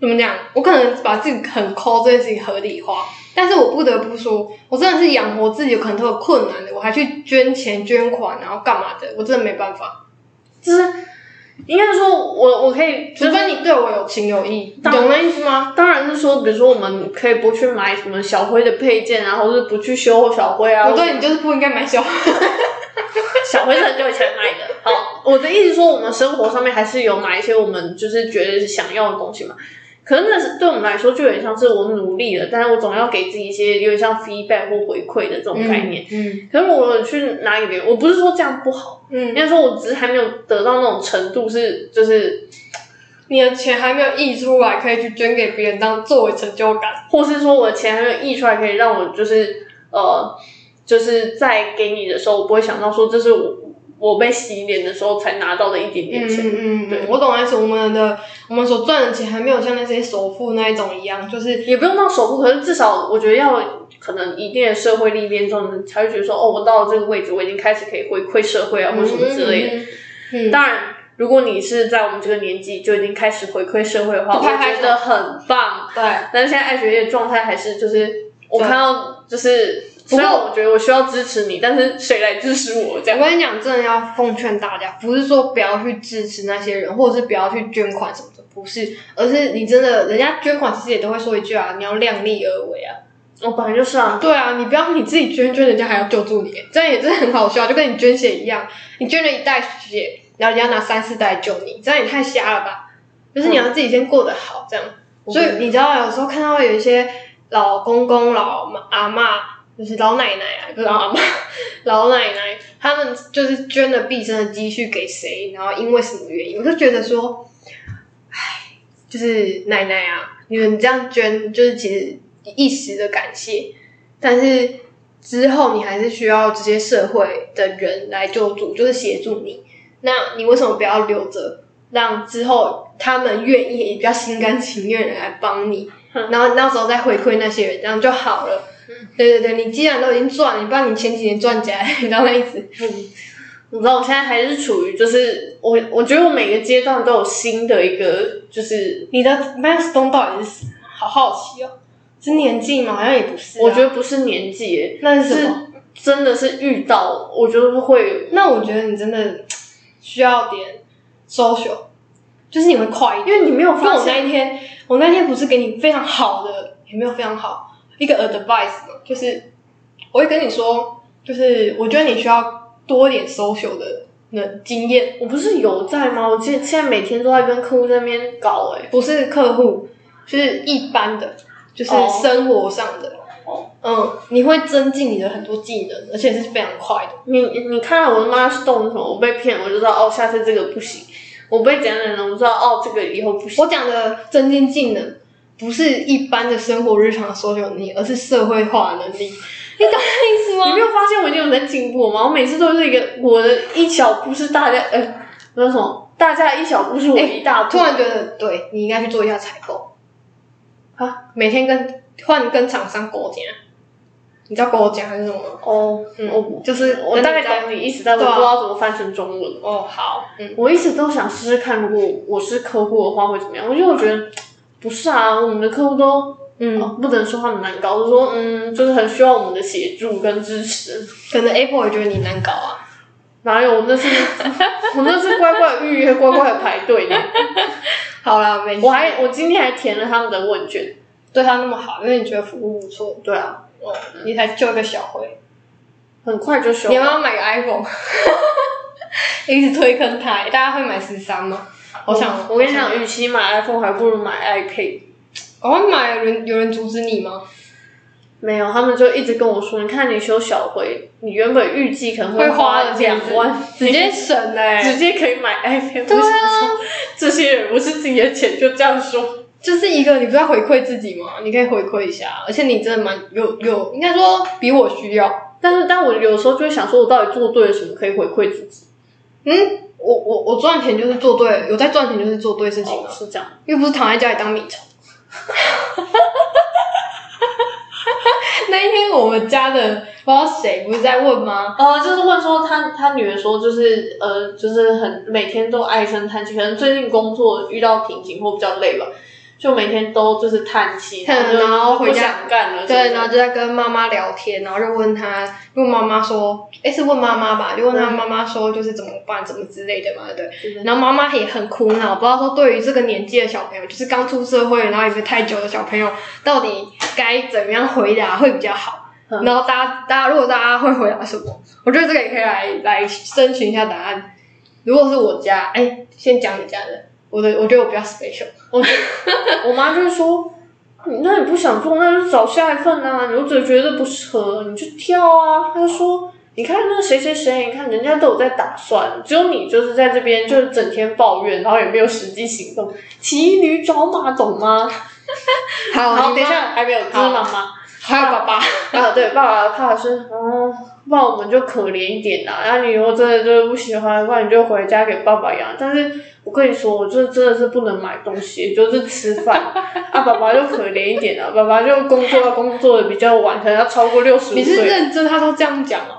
怎么讲？我可能把自己很抠这件事情合理化，但是我不得不说，我真的是养活自己有可能都有困难的，我还去捐钱捐款，然后干嘛的，我真的没办法。就是应该说我我可以，除非你对我有情有义，你当懂那意思吗？当然是说，比如说我们可以不去买什么小灰的配件啊，或者不去修小灰啊，我或者对你就是不应该买小孩。小灰是很久以前买的。好，我的意思说，我们生活上面还是有买一些我们就是觉得想要的东西嘛。可是那是对我们来说，就有点像是我努力了，但是我总要给自己一些有点像 feedback 或回馈的这种概念。嗯可是我去拿给别人，我不是说这样不好，应嗯，该说我只是还没有得到那种程度是，就是你的钱还没有溢出来，可以去捐给别人当作为成就感。或是说我的钱还没有溢出来，可以让我就是呃，就是在给你的时候，我不会想到说这是我我被洗脸的时候才拿到的一点点钱。嗯对我懂那是我们的我们所赚的钱还没有像那些首富那一种一样，就是也不用到首富，可是至少我觉得要可能一定的社会历练之后，你才会觉得说，哦，我到了这个位置，我已经开始可以回馈社会啊，或什么之类的。的。嗯当然，如果你是在我们这个年纪就已经开始回馈社会的话，就我拍拍手觉得很棒。对，但是现在哎爱学业的状态还是就是，我看到就是，不虽过然我觉得我需要支持你，但是谁来支持我这样我？跟你讲，真的要奉劝大家，不是说不要去支持那些人，或者是不要去捐款什么的，不是，而是你真的，人家捐款其实也都会说一句啊，你要量力而为啊。我本来就是啊，对啊，你不要你自己捐捐，人家还要救助你，这样也真的很好笑，就跟你捐血一样，你捐了一袋血，然后人家拿三四袋救你，这样也太瞎了吧？就是你要自己先过得好，这样。所以嗯你知道，有时候看到有一些老公公、老妈阿嬷，就是老奶奶啊，不是老阿嬷，老奶奶，他们就是捐了毕生的积蓄给谁，然后因为什么原因，我就觉得说，唉，就是奶奶啊，你们这样捐，就是其实一时的感谢，但是之后你还是需要这些社会的人来救助，就是协助你。那你为什么不要留着，让之后他们愿意也比较心甘情愿的来帮你，嗯然后那时候再回馈那些人，这样就好了。对对对，你既然都已经赚了，你不然你前几年赚起来， 你知道那意思？嗯你知道我现在还是处于就是我，我觉得我每个阶段都有新的一个就是。你的 milestone 到底是什么？好好奇哦，是年纪吗？好像也不是啊、我觉得不是年纪耶，那是什是么？真的是遇到，我就是会，那我觉得你真的需要点 social，就是你会快一点，因为你没有发我现那一天，我那天不是给你非常好的，也没有非常好一个 advice 嘛，就是我会跟你说，就是我觉得你需要多一点 social 的那经验，我不是有在吗？我记得现在每天都在跟客户在那边搞哎、不是客户，是一般的，就是哦生活上的。哦嗯，你会增进你的很多技能，而且是非常快的。你你看到我的妈是动什么？我被骗，我就知道哦，下次这个不行。我被怎样的人，我知道哦，这个以后不行。我讲的增进技能，不是一般的生活日常的 social 能力，而是社会化能力。你懂我意思你吗没？有发现我已经有在进步吗？我每次都是一个我的一小步是大家，呃，那叫什么？大家的一小步是我的一大步。哎突然觉得，对你应该去做一下采购啊，每天跟换跟厂商勾结，你知道勾结是什么吗？哦，嗯我就是我大概跟你在懂你意思，但我对啊不知道怎么翻成中文。哦，好，嗯，我一直都想试试看，如果我是客户的话会怎么样？因为我觉得不是啊，我们的客户都。嗯哦不能说他们难搞，就是说，嗯，就是很需要我们的协助跟支持。可能 Apple 也觉得你难搞啊。哪有我那是， 我那是乖乖地预约，乖乖地排队呢。好啦，没事我还我今天还填了他们的问卷。对他那么好，因为你觉得服务不错，对啊，哦，你才救一个小灰，很快就修你要了。不要买个 iPhone？一直推坑他，大家会买十三吗？我想，我跟你想讲，与其买 iPhone，还不如买 iPad。赶快买！哦有人有人阻止你吗？没有，他们就一直跟我说，你看你修小回，你原本预计可能会花花了两万，直接省欸嘞、直接可以买 iPad。对啊我想说，这些人不是自己的钱就这样说。就是一个你不是要回馈自己吗？你可以回馈一下，而且你真的蛮有有，应该说比我需要。但是，但我有时候就会想说，我到底做对了什么可以回馈自己？嗯，我我我赚钱就是做对，有在赚钱就是做对事情啊，哦是这样，又不是躺在家里当米虫。 那一天我们家的不知道谁不是在问吗？呃，就是问说他他女儿说，就是呃，就是很每天都唉声叹气，可能最近工作遇到瓶颈或比较累吧，就每天都就是叹气，嗯就然后回不家想干了，对，然然后后就在跟妈妈聊天，然后就问她，问妈妈说，诶，是问妈妈吧？就问她妈妈说，就是怎么办，怎么之类的嘛，对不对。然后妈妈也很苦恼，不知道说对于这个年纪的小朋友，就是刚出社会，然后也没太久的小朋友，到底该怎么样回答会比较好？嗯然后大家，大家如果大家会回答什么，我觉得这个也可以来来征询一下答案。如果是我家，哎，先讲你家的，我的我觉得我比较 special，我就我妈就是说，你那你不想做，那就找下一份啊，你又只觉得不适合，你去跳啊。她就说，你看那谁谁谁，你看人家都有在打算，只有你就是在这边就是整天抱怨，然后也没有实际行动，骑驴找马，懂吗？好好，你哦等一妈下还没有，就是好妈妈。还有爸爸，啊，对，爸爸怕是，哦，不然我们就可怜一点啦。然后你如果真的就是不喜欢，不然你就回家给爸爸养。但是我跟你说，我这真的是不能买东西，就是吃饭。啊，爸爸就可怜一点啦，爸爸就工作要工作的比较晚，可能要超过六十五你是岁。认真，他都这样讲哦。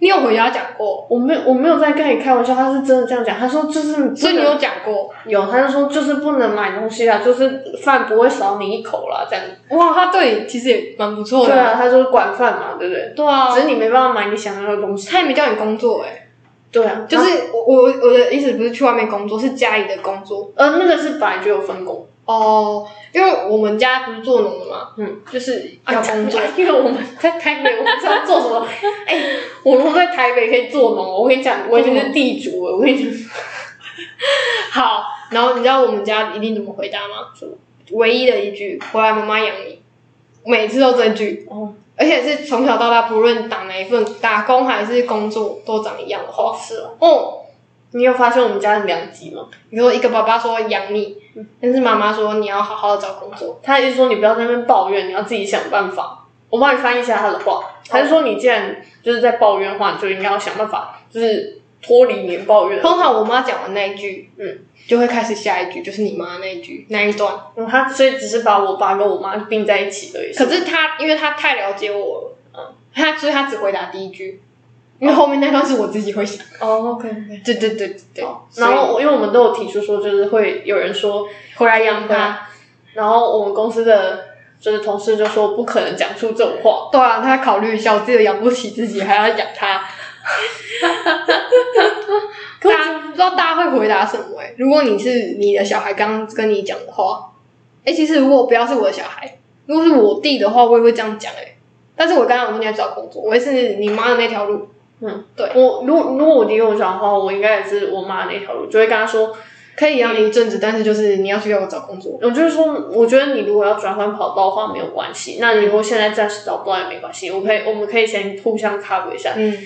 你有回家讲过，我没有我没有在跟你开玩笑，他是真的这样讲。他说就是不能，所以你有讲过。有，他就说就是不能买东西啦，就是饭不会少你一口啦，这样。哇，他对你其实也蛮不错对的。啊，他就是管饭嘛，对不对？对啊只是你没办法买你想要的东西。他也没叫你工作哎、对啊，欸就然后是我我我的意思不是去外面工作，是家里的工作呃，那个是本来就有分工，哦。因为我们家不是做农的嘛，嗯，就是要工作。 因为我们在台北，我不知道做什么。 哎、我如果在台北可以做农，我跟你讲，我已经是地主了。我跟你讲， 好，然后你知道我们家一定怎么回答吗？唯一的一句“回来妈妈养你”，每次都这句，哦，而且是从小到大，不论打哪一份打工还是工作，都讲一样的话。是哦。哦，你有发现我们家很两极吗？比如说一个爸爸说养你，嗯但是妈妈说你要好好的找工作。他一直说你不要在那边抱怨，你要自己想办法。我帮你翻译一下他的话，他就说你既然就是在抱怨的话，你就应该要想办法，就是脱离你的抱怨。通常我妈讲完那一句，嗯，就会开始下一句，就是你妈那一句那一段。嗯，他所以只是把我爸跟我妈并在一起而已。可是他，因为他太了解我了，嗯，他所以他只回答第一句，因为后面那段是我自己会想。哦，OK OK。对对对对对。然所以后我因为我们都有提出说，就是会有人说回来养对他，啊然后我们公司的就是同事就说不可能讲出这种话，对啊，他考虑一下，我自己养不起自己，还要养他。大家不知道大家会回答什么、欸？如果你是你的小孩刚跟你讲的话，哎、其实如果不要是我的小孩，如果是我弟的话，我也会这样讲哎、欸但是我刚刚我说你要找工作，我也是你妈的那条路，我如果如果我弟跟我讲的话，我应该也是我妈那条路，就会跟他说，可以养你一阵子，但是就是你要去给我找工作。我就是说，我觉得你如果要转换跑道的话没有关系，那你如果现在暂时找不到也没关系，我可以我们可以先互相 cover 一下，嗯，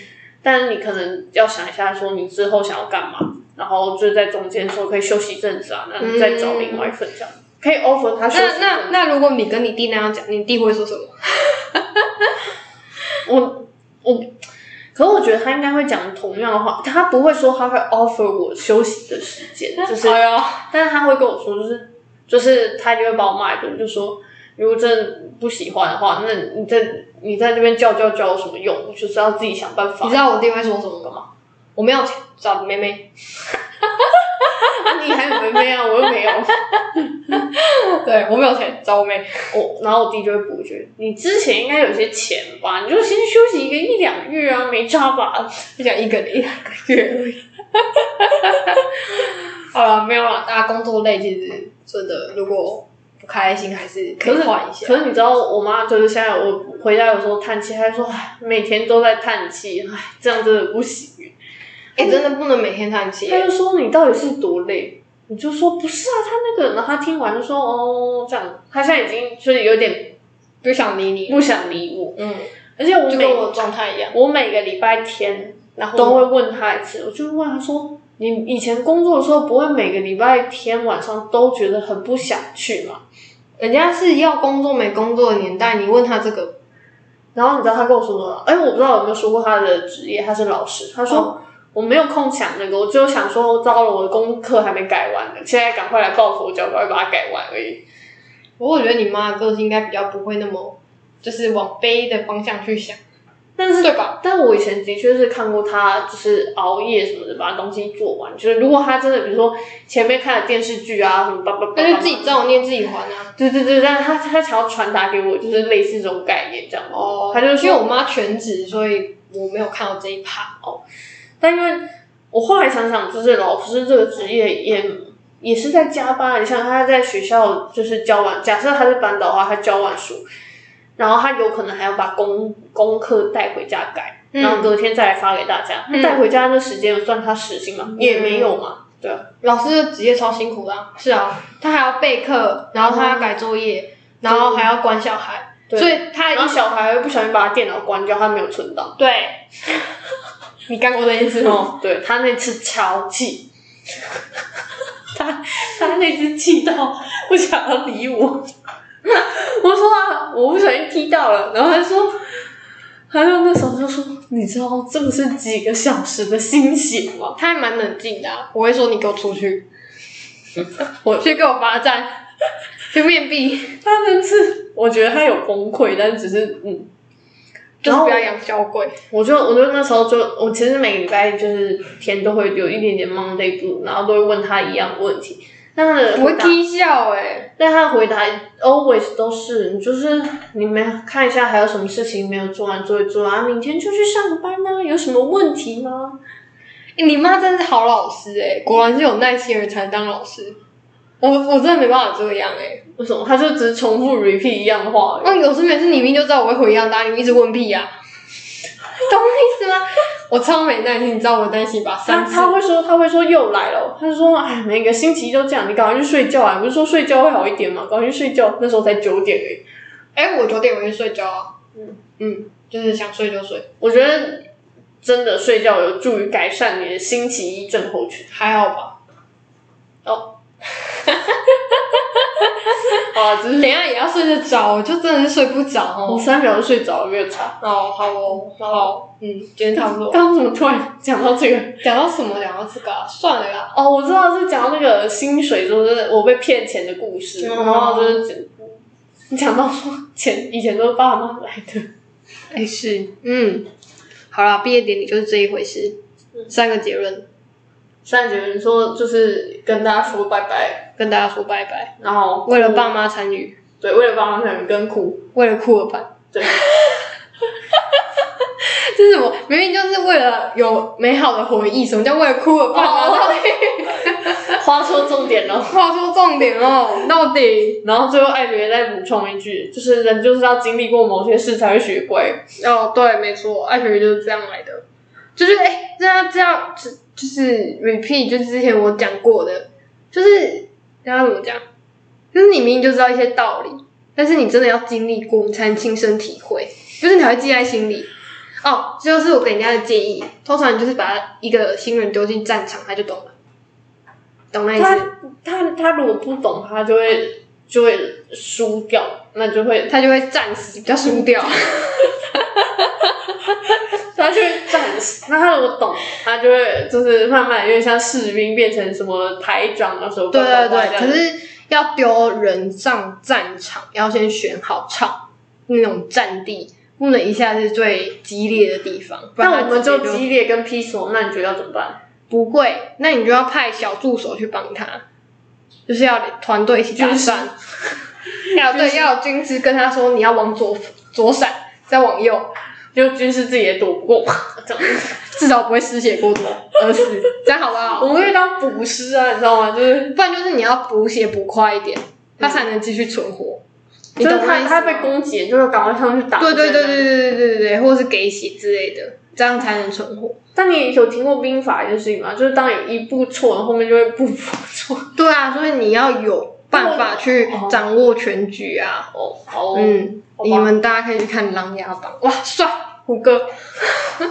但是你可能要想一下说你之后想要干嘛，然后就是在中间的时候可以休息一阵子啊，那你再找另外一份这样，可以 offer 他休息一嗯那阵那子。那如果你跟你弟那样讲，你弟会说什么？我我，可是我觉得他应该会讲同样的话，他不会说他会 offer 我休息的时间，就是，哎呦，但是他会跟我说，就是就是他就会把我骂一顿，就说如果真的不喜欢的话，那你在你在这边叫叫叫有什么用？你就是要自己想办法你知。道我弟会说什么吗？我没有钱找妹妹，那你还有妹妹啊，我又没有。 对我没有钱找我妹。我然后我弟就会补一句：“你之前应该有些钱吧，你就先休息一个一两个月啊，没差吧就讲一个一两个月而已。 好了，没有了。大家工作累，其实真的如果不开心，还是可可以是换一下。可是你知道，我妈就是现在我回家有时候叹气，她就说：“哎，每天都在叹气，哎，这样真的不行。哎、真的不能每天叹”气她。就说：“你到底是多累？”你就说：“不是啊，她那个。”然后她听完就说：“哦，这样。”她现在已经就是有点不想理你，不想理我，嗯，而且我就每跟我状态一样。我每个礼拜天然后都会问她一次，我就问她说：“你以前工作的时候，不会每个礼拜天晚上都觉得很不想去吗？”人家是要工作没工作的年代，你问他这个，然后你知道他跟我说什么吗？哎，我不知道有没有说过他的职业，他是老师。他说、哦我没有空想那个，我只有想说，糟了，我的功课还没改完呢，现在赶快来抱佛脚，赶快把它改完 而已。不过我觉得你妈的个性应该比较不会那么，就是往悲的方向去想，但是对吧？但我以前的确是看过他，就是熬夜什么的，把东西做完。就是如果他真的，比如说前面看了电视剧啊，什么叭叭叭，那就自己。造孽自己还啊。对对对，但是他他想要传达给我，就是类似这种概念这样。哦他就说因为我妈全职，所以我没有看到这一趴。但因为我后来想想，就是老师这个职业也也是在加班。你像他在学校就是教完，假设他是班导的话，他教完书，然后他有可能还要把功功课带回家改，然后隔天再来发给大家。嗯带回家的时间有算他时薪吗？也没有嘛。对啊，老师的职业超辛苦的啊、是啊，他还要备课，然后他要改作业，然后还要管小孩，对所以他然后小孩会不小心把他电脑关掉，他没有存档。对， 你干过这件事吗？哦，对他那次超气，他他那次气到不想要理我。 我说啊，我不小心踢到了，然后他说，他就那时候就说，你知道这个是几个小时的心血吗？他还蛮冷静的、啊，我会说你给我出 去，我去给我罚站，去面壁。他那次我觉得他有崩溃，但只是嗯，就是然后不要养小鬼。我就我就那时候就我其实每个礼拜就是天都会有一点点 Monday Blue，然后都会问他一样的问题，但他的我回会答，踢笑哎，但他的回答 always 都是，你就是你们看一下还有什么事情没有做完做一做啊，明天就去上班啊，有什么问题吗？欸你妈真是好老师哎，果然是有耐心的人才能当老师。我我真的没办法这样哎，为什么？他就只是重复 repeat 一样的话而那已。哦有时每次你明明就知道我会回一样答案，你一直问屁呀、懂我意思吗？我超没耐心，你知道我耐心吧？他三次他会说他会说又来了，他就说哎每个星期都这样，你赶快去睡觉啊！你不是说睡觉会好一点吗？赶快去睡觉，那时候才九点而已。哎、我九点我就睡觉啊。嗯嗯，就是想睡就睡，我觉得真的睡觉有助于改善你的星期一症候群。还好吧。哦 好啦，只等是一下也要睡得着，我就真的是睡不着我哦。三秒就睡着了，没有差。哦，好哦，好，嗯，今天差不多。刚刚怎么突然讲到这个？讲到什么？讲到这个、啊，算了啦。哦，我知道是讲到那个薪水，就是我被骗钱的故事，嗯然后就是讲你讲到说钱以前都是爸妈来的，哎、是，嗯，好啦，毕业典礼就是这一回事，嗯三个结论善姐你说就是跟大家说拜拜，跟大家说拜拜。然后为了爸妈参与，对，为了爸妈才能跟哭，为了酷儿版，对， 这是什么？明明就是为了有美好的回忆。什么叫为了酷儿版啊？哦到 底话说重点了。话说重点哦，到底然后最后艾别再补充一句，就是人就是要经历过某些事才会学乖。哦，对，没错，爱学语就是这样来的，就是哎，这样这样，就就是 repeat，就是之前我讲过的，就是然后怎么讲，就是你明明就知道一些道理，但是你真的要经历过，你才能亲身体会，就是你才会记在心里。哦，这就是我给人家的建议，通常你就是把一个新人丢进战场，他就懂了，懂那意他思，他他如果不懂，他就会就会输掉，那就会他就会战死，比较输掉。他就会战死。那他如果懂，他就会就是慢慢有点像士兵变成什么排长啊什么。对对叭叭叭对，这可样是要丢人上战场，要先选好场那种战地，不能一下是最激烈的地方。不然那我他直们就接激烈跟批索，那你觉得要怎么办？不会，那你就要派小助手去帮他，就是要团队一起打军师算。 要对，要有军师跟他说你要往左左闪，再往右，就军事自己也躲不过， 这样至少不会失血过多而死，这样好不好？ 我们可以当捕师啊，你知道吗？就是不然就是你要补血补快一点，他才能继续存活。你就是懂那意思他他吗被攻击，你就会赶快上去打。对对对对对。对对对对对，或是给血之类的，这样才能存活。但你有听过兵法一件事情吗？就是当有一步错了，后面就会步步错。 对啊，所以你要有办法去哦掌握全局啊。哦，好嗯，好吧你们大家可以去看《琅琊榜》，哇，帅，胡 歌，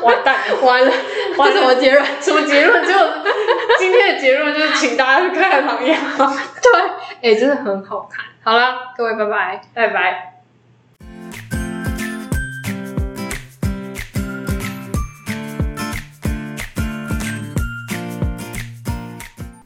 完蛋了， 完了，完这了什么结论？什么结论？就今天的结论就是，请大家去看《琅琊榜》，对，哎、真的很好看。好啦，各位，拜拜。拜拜。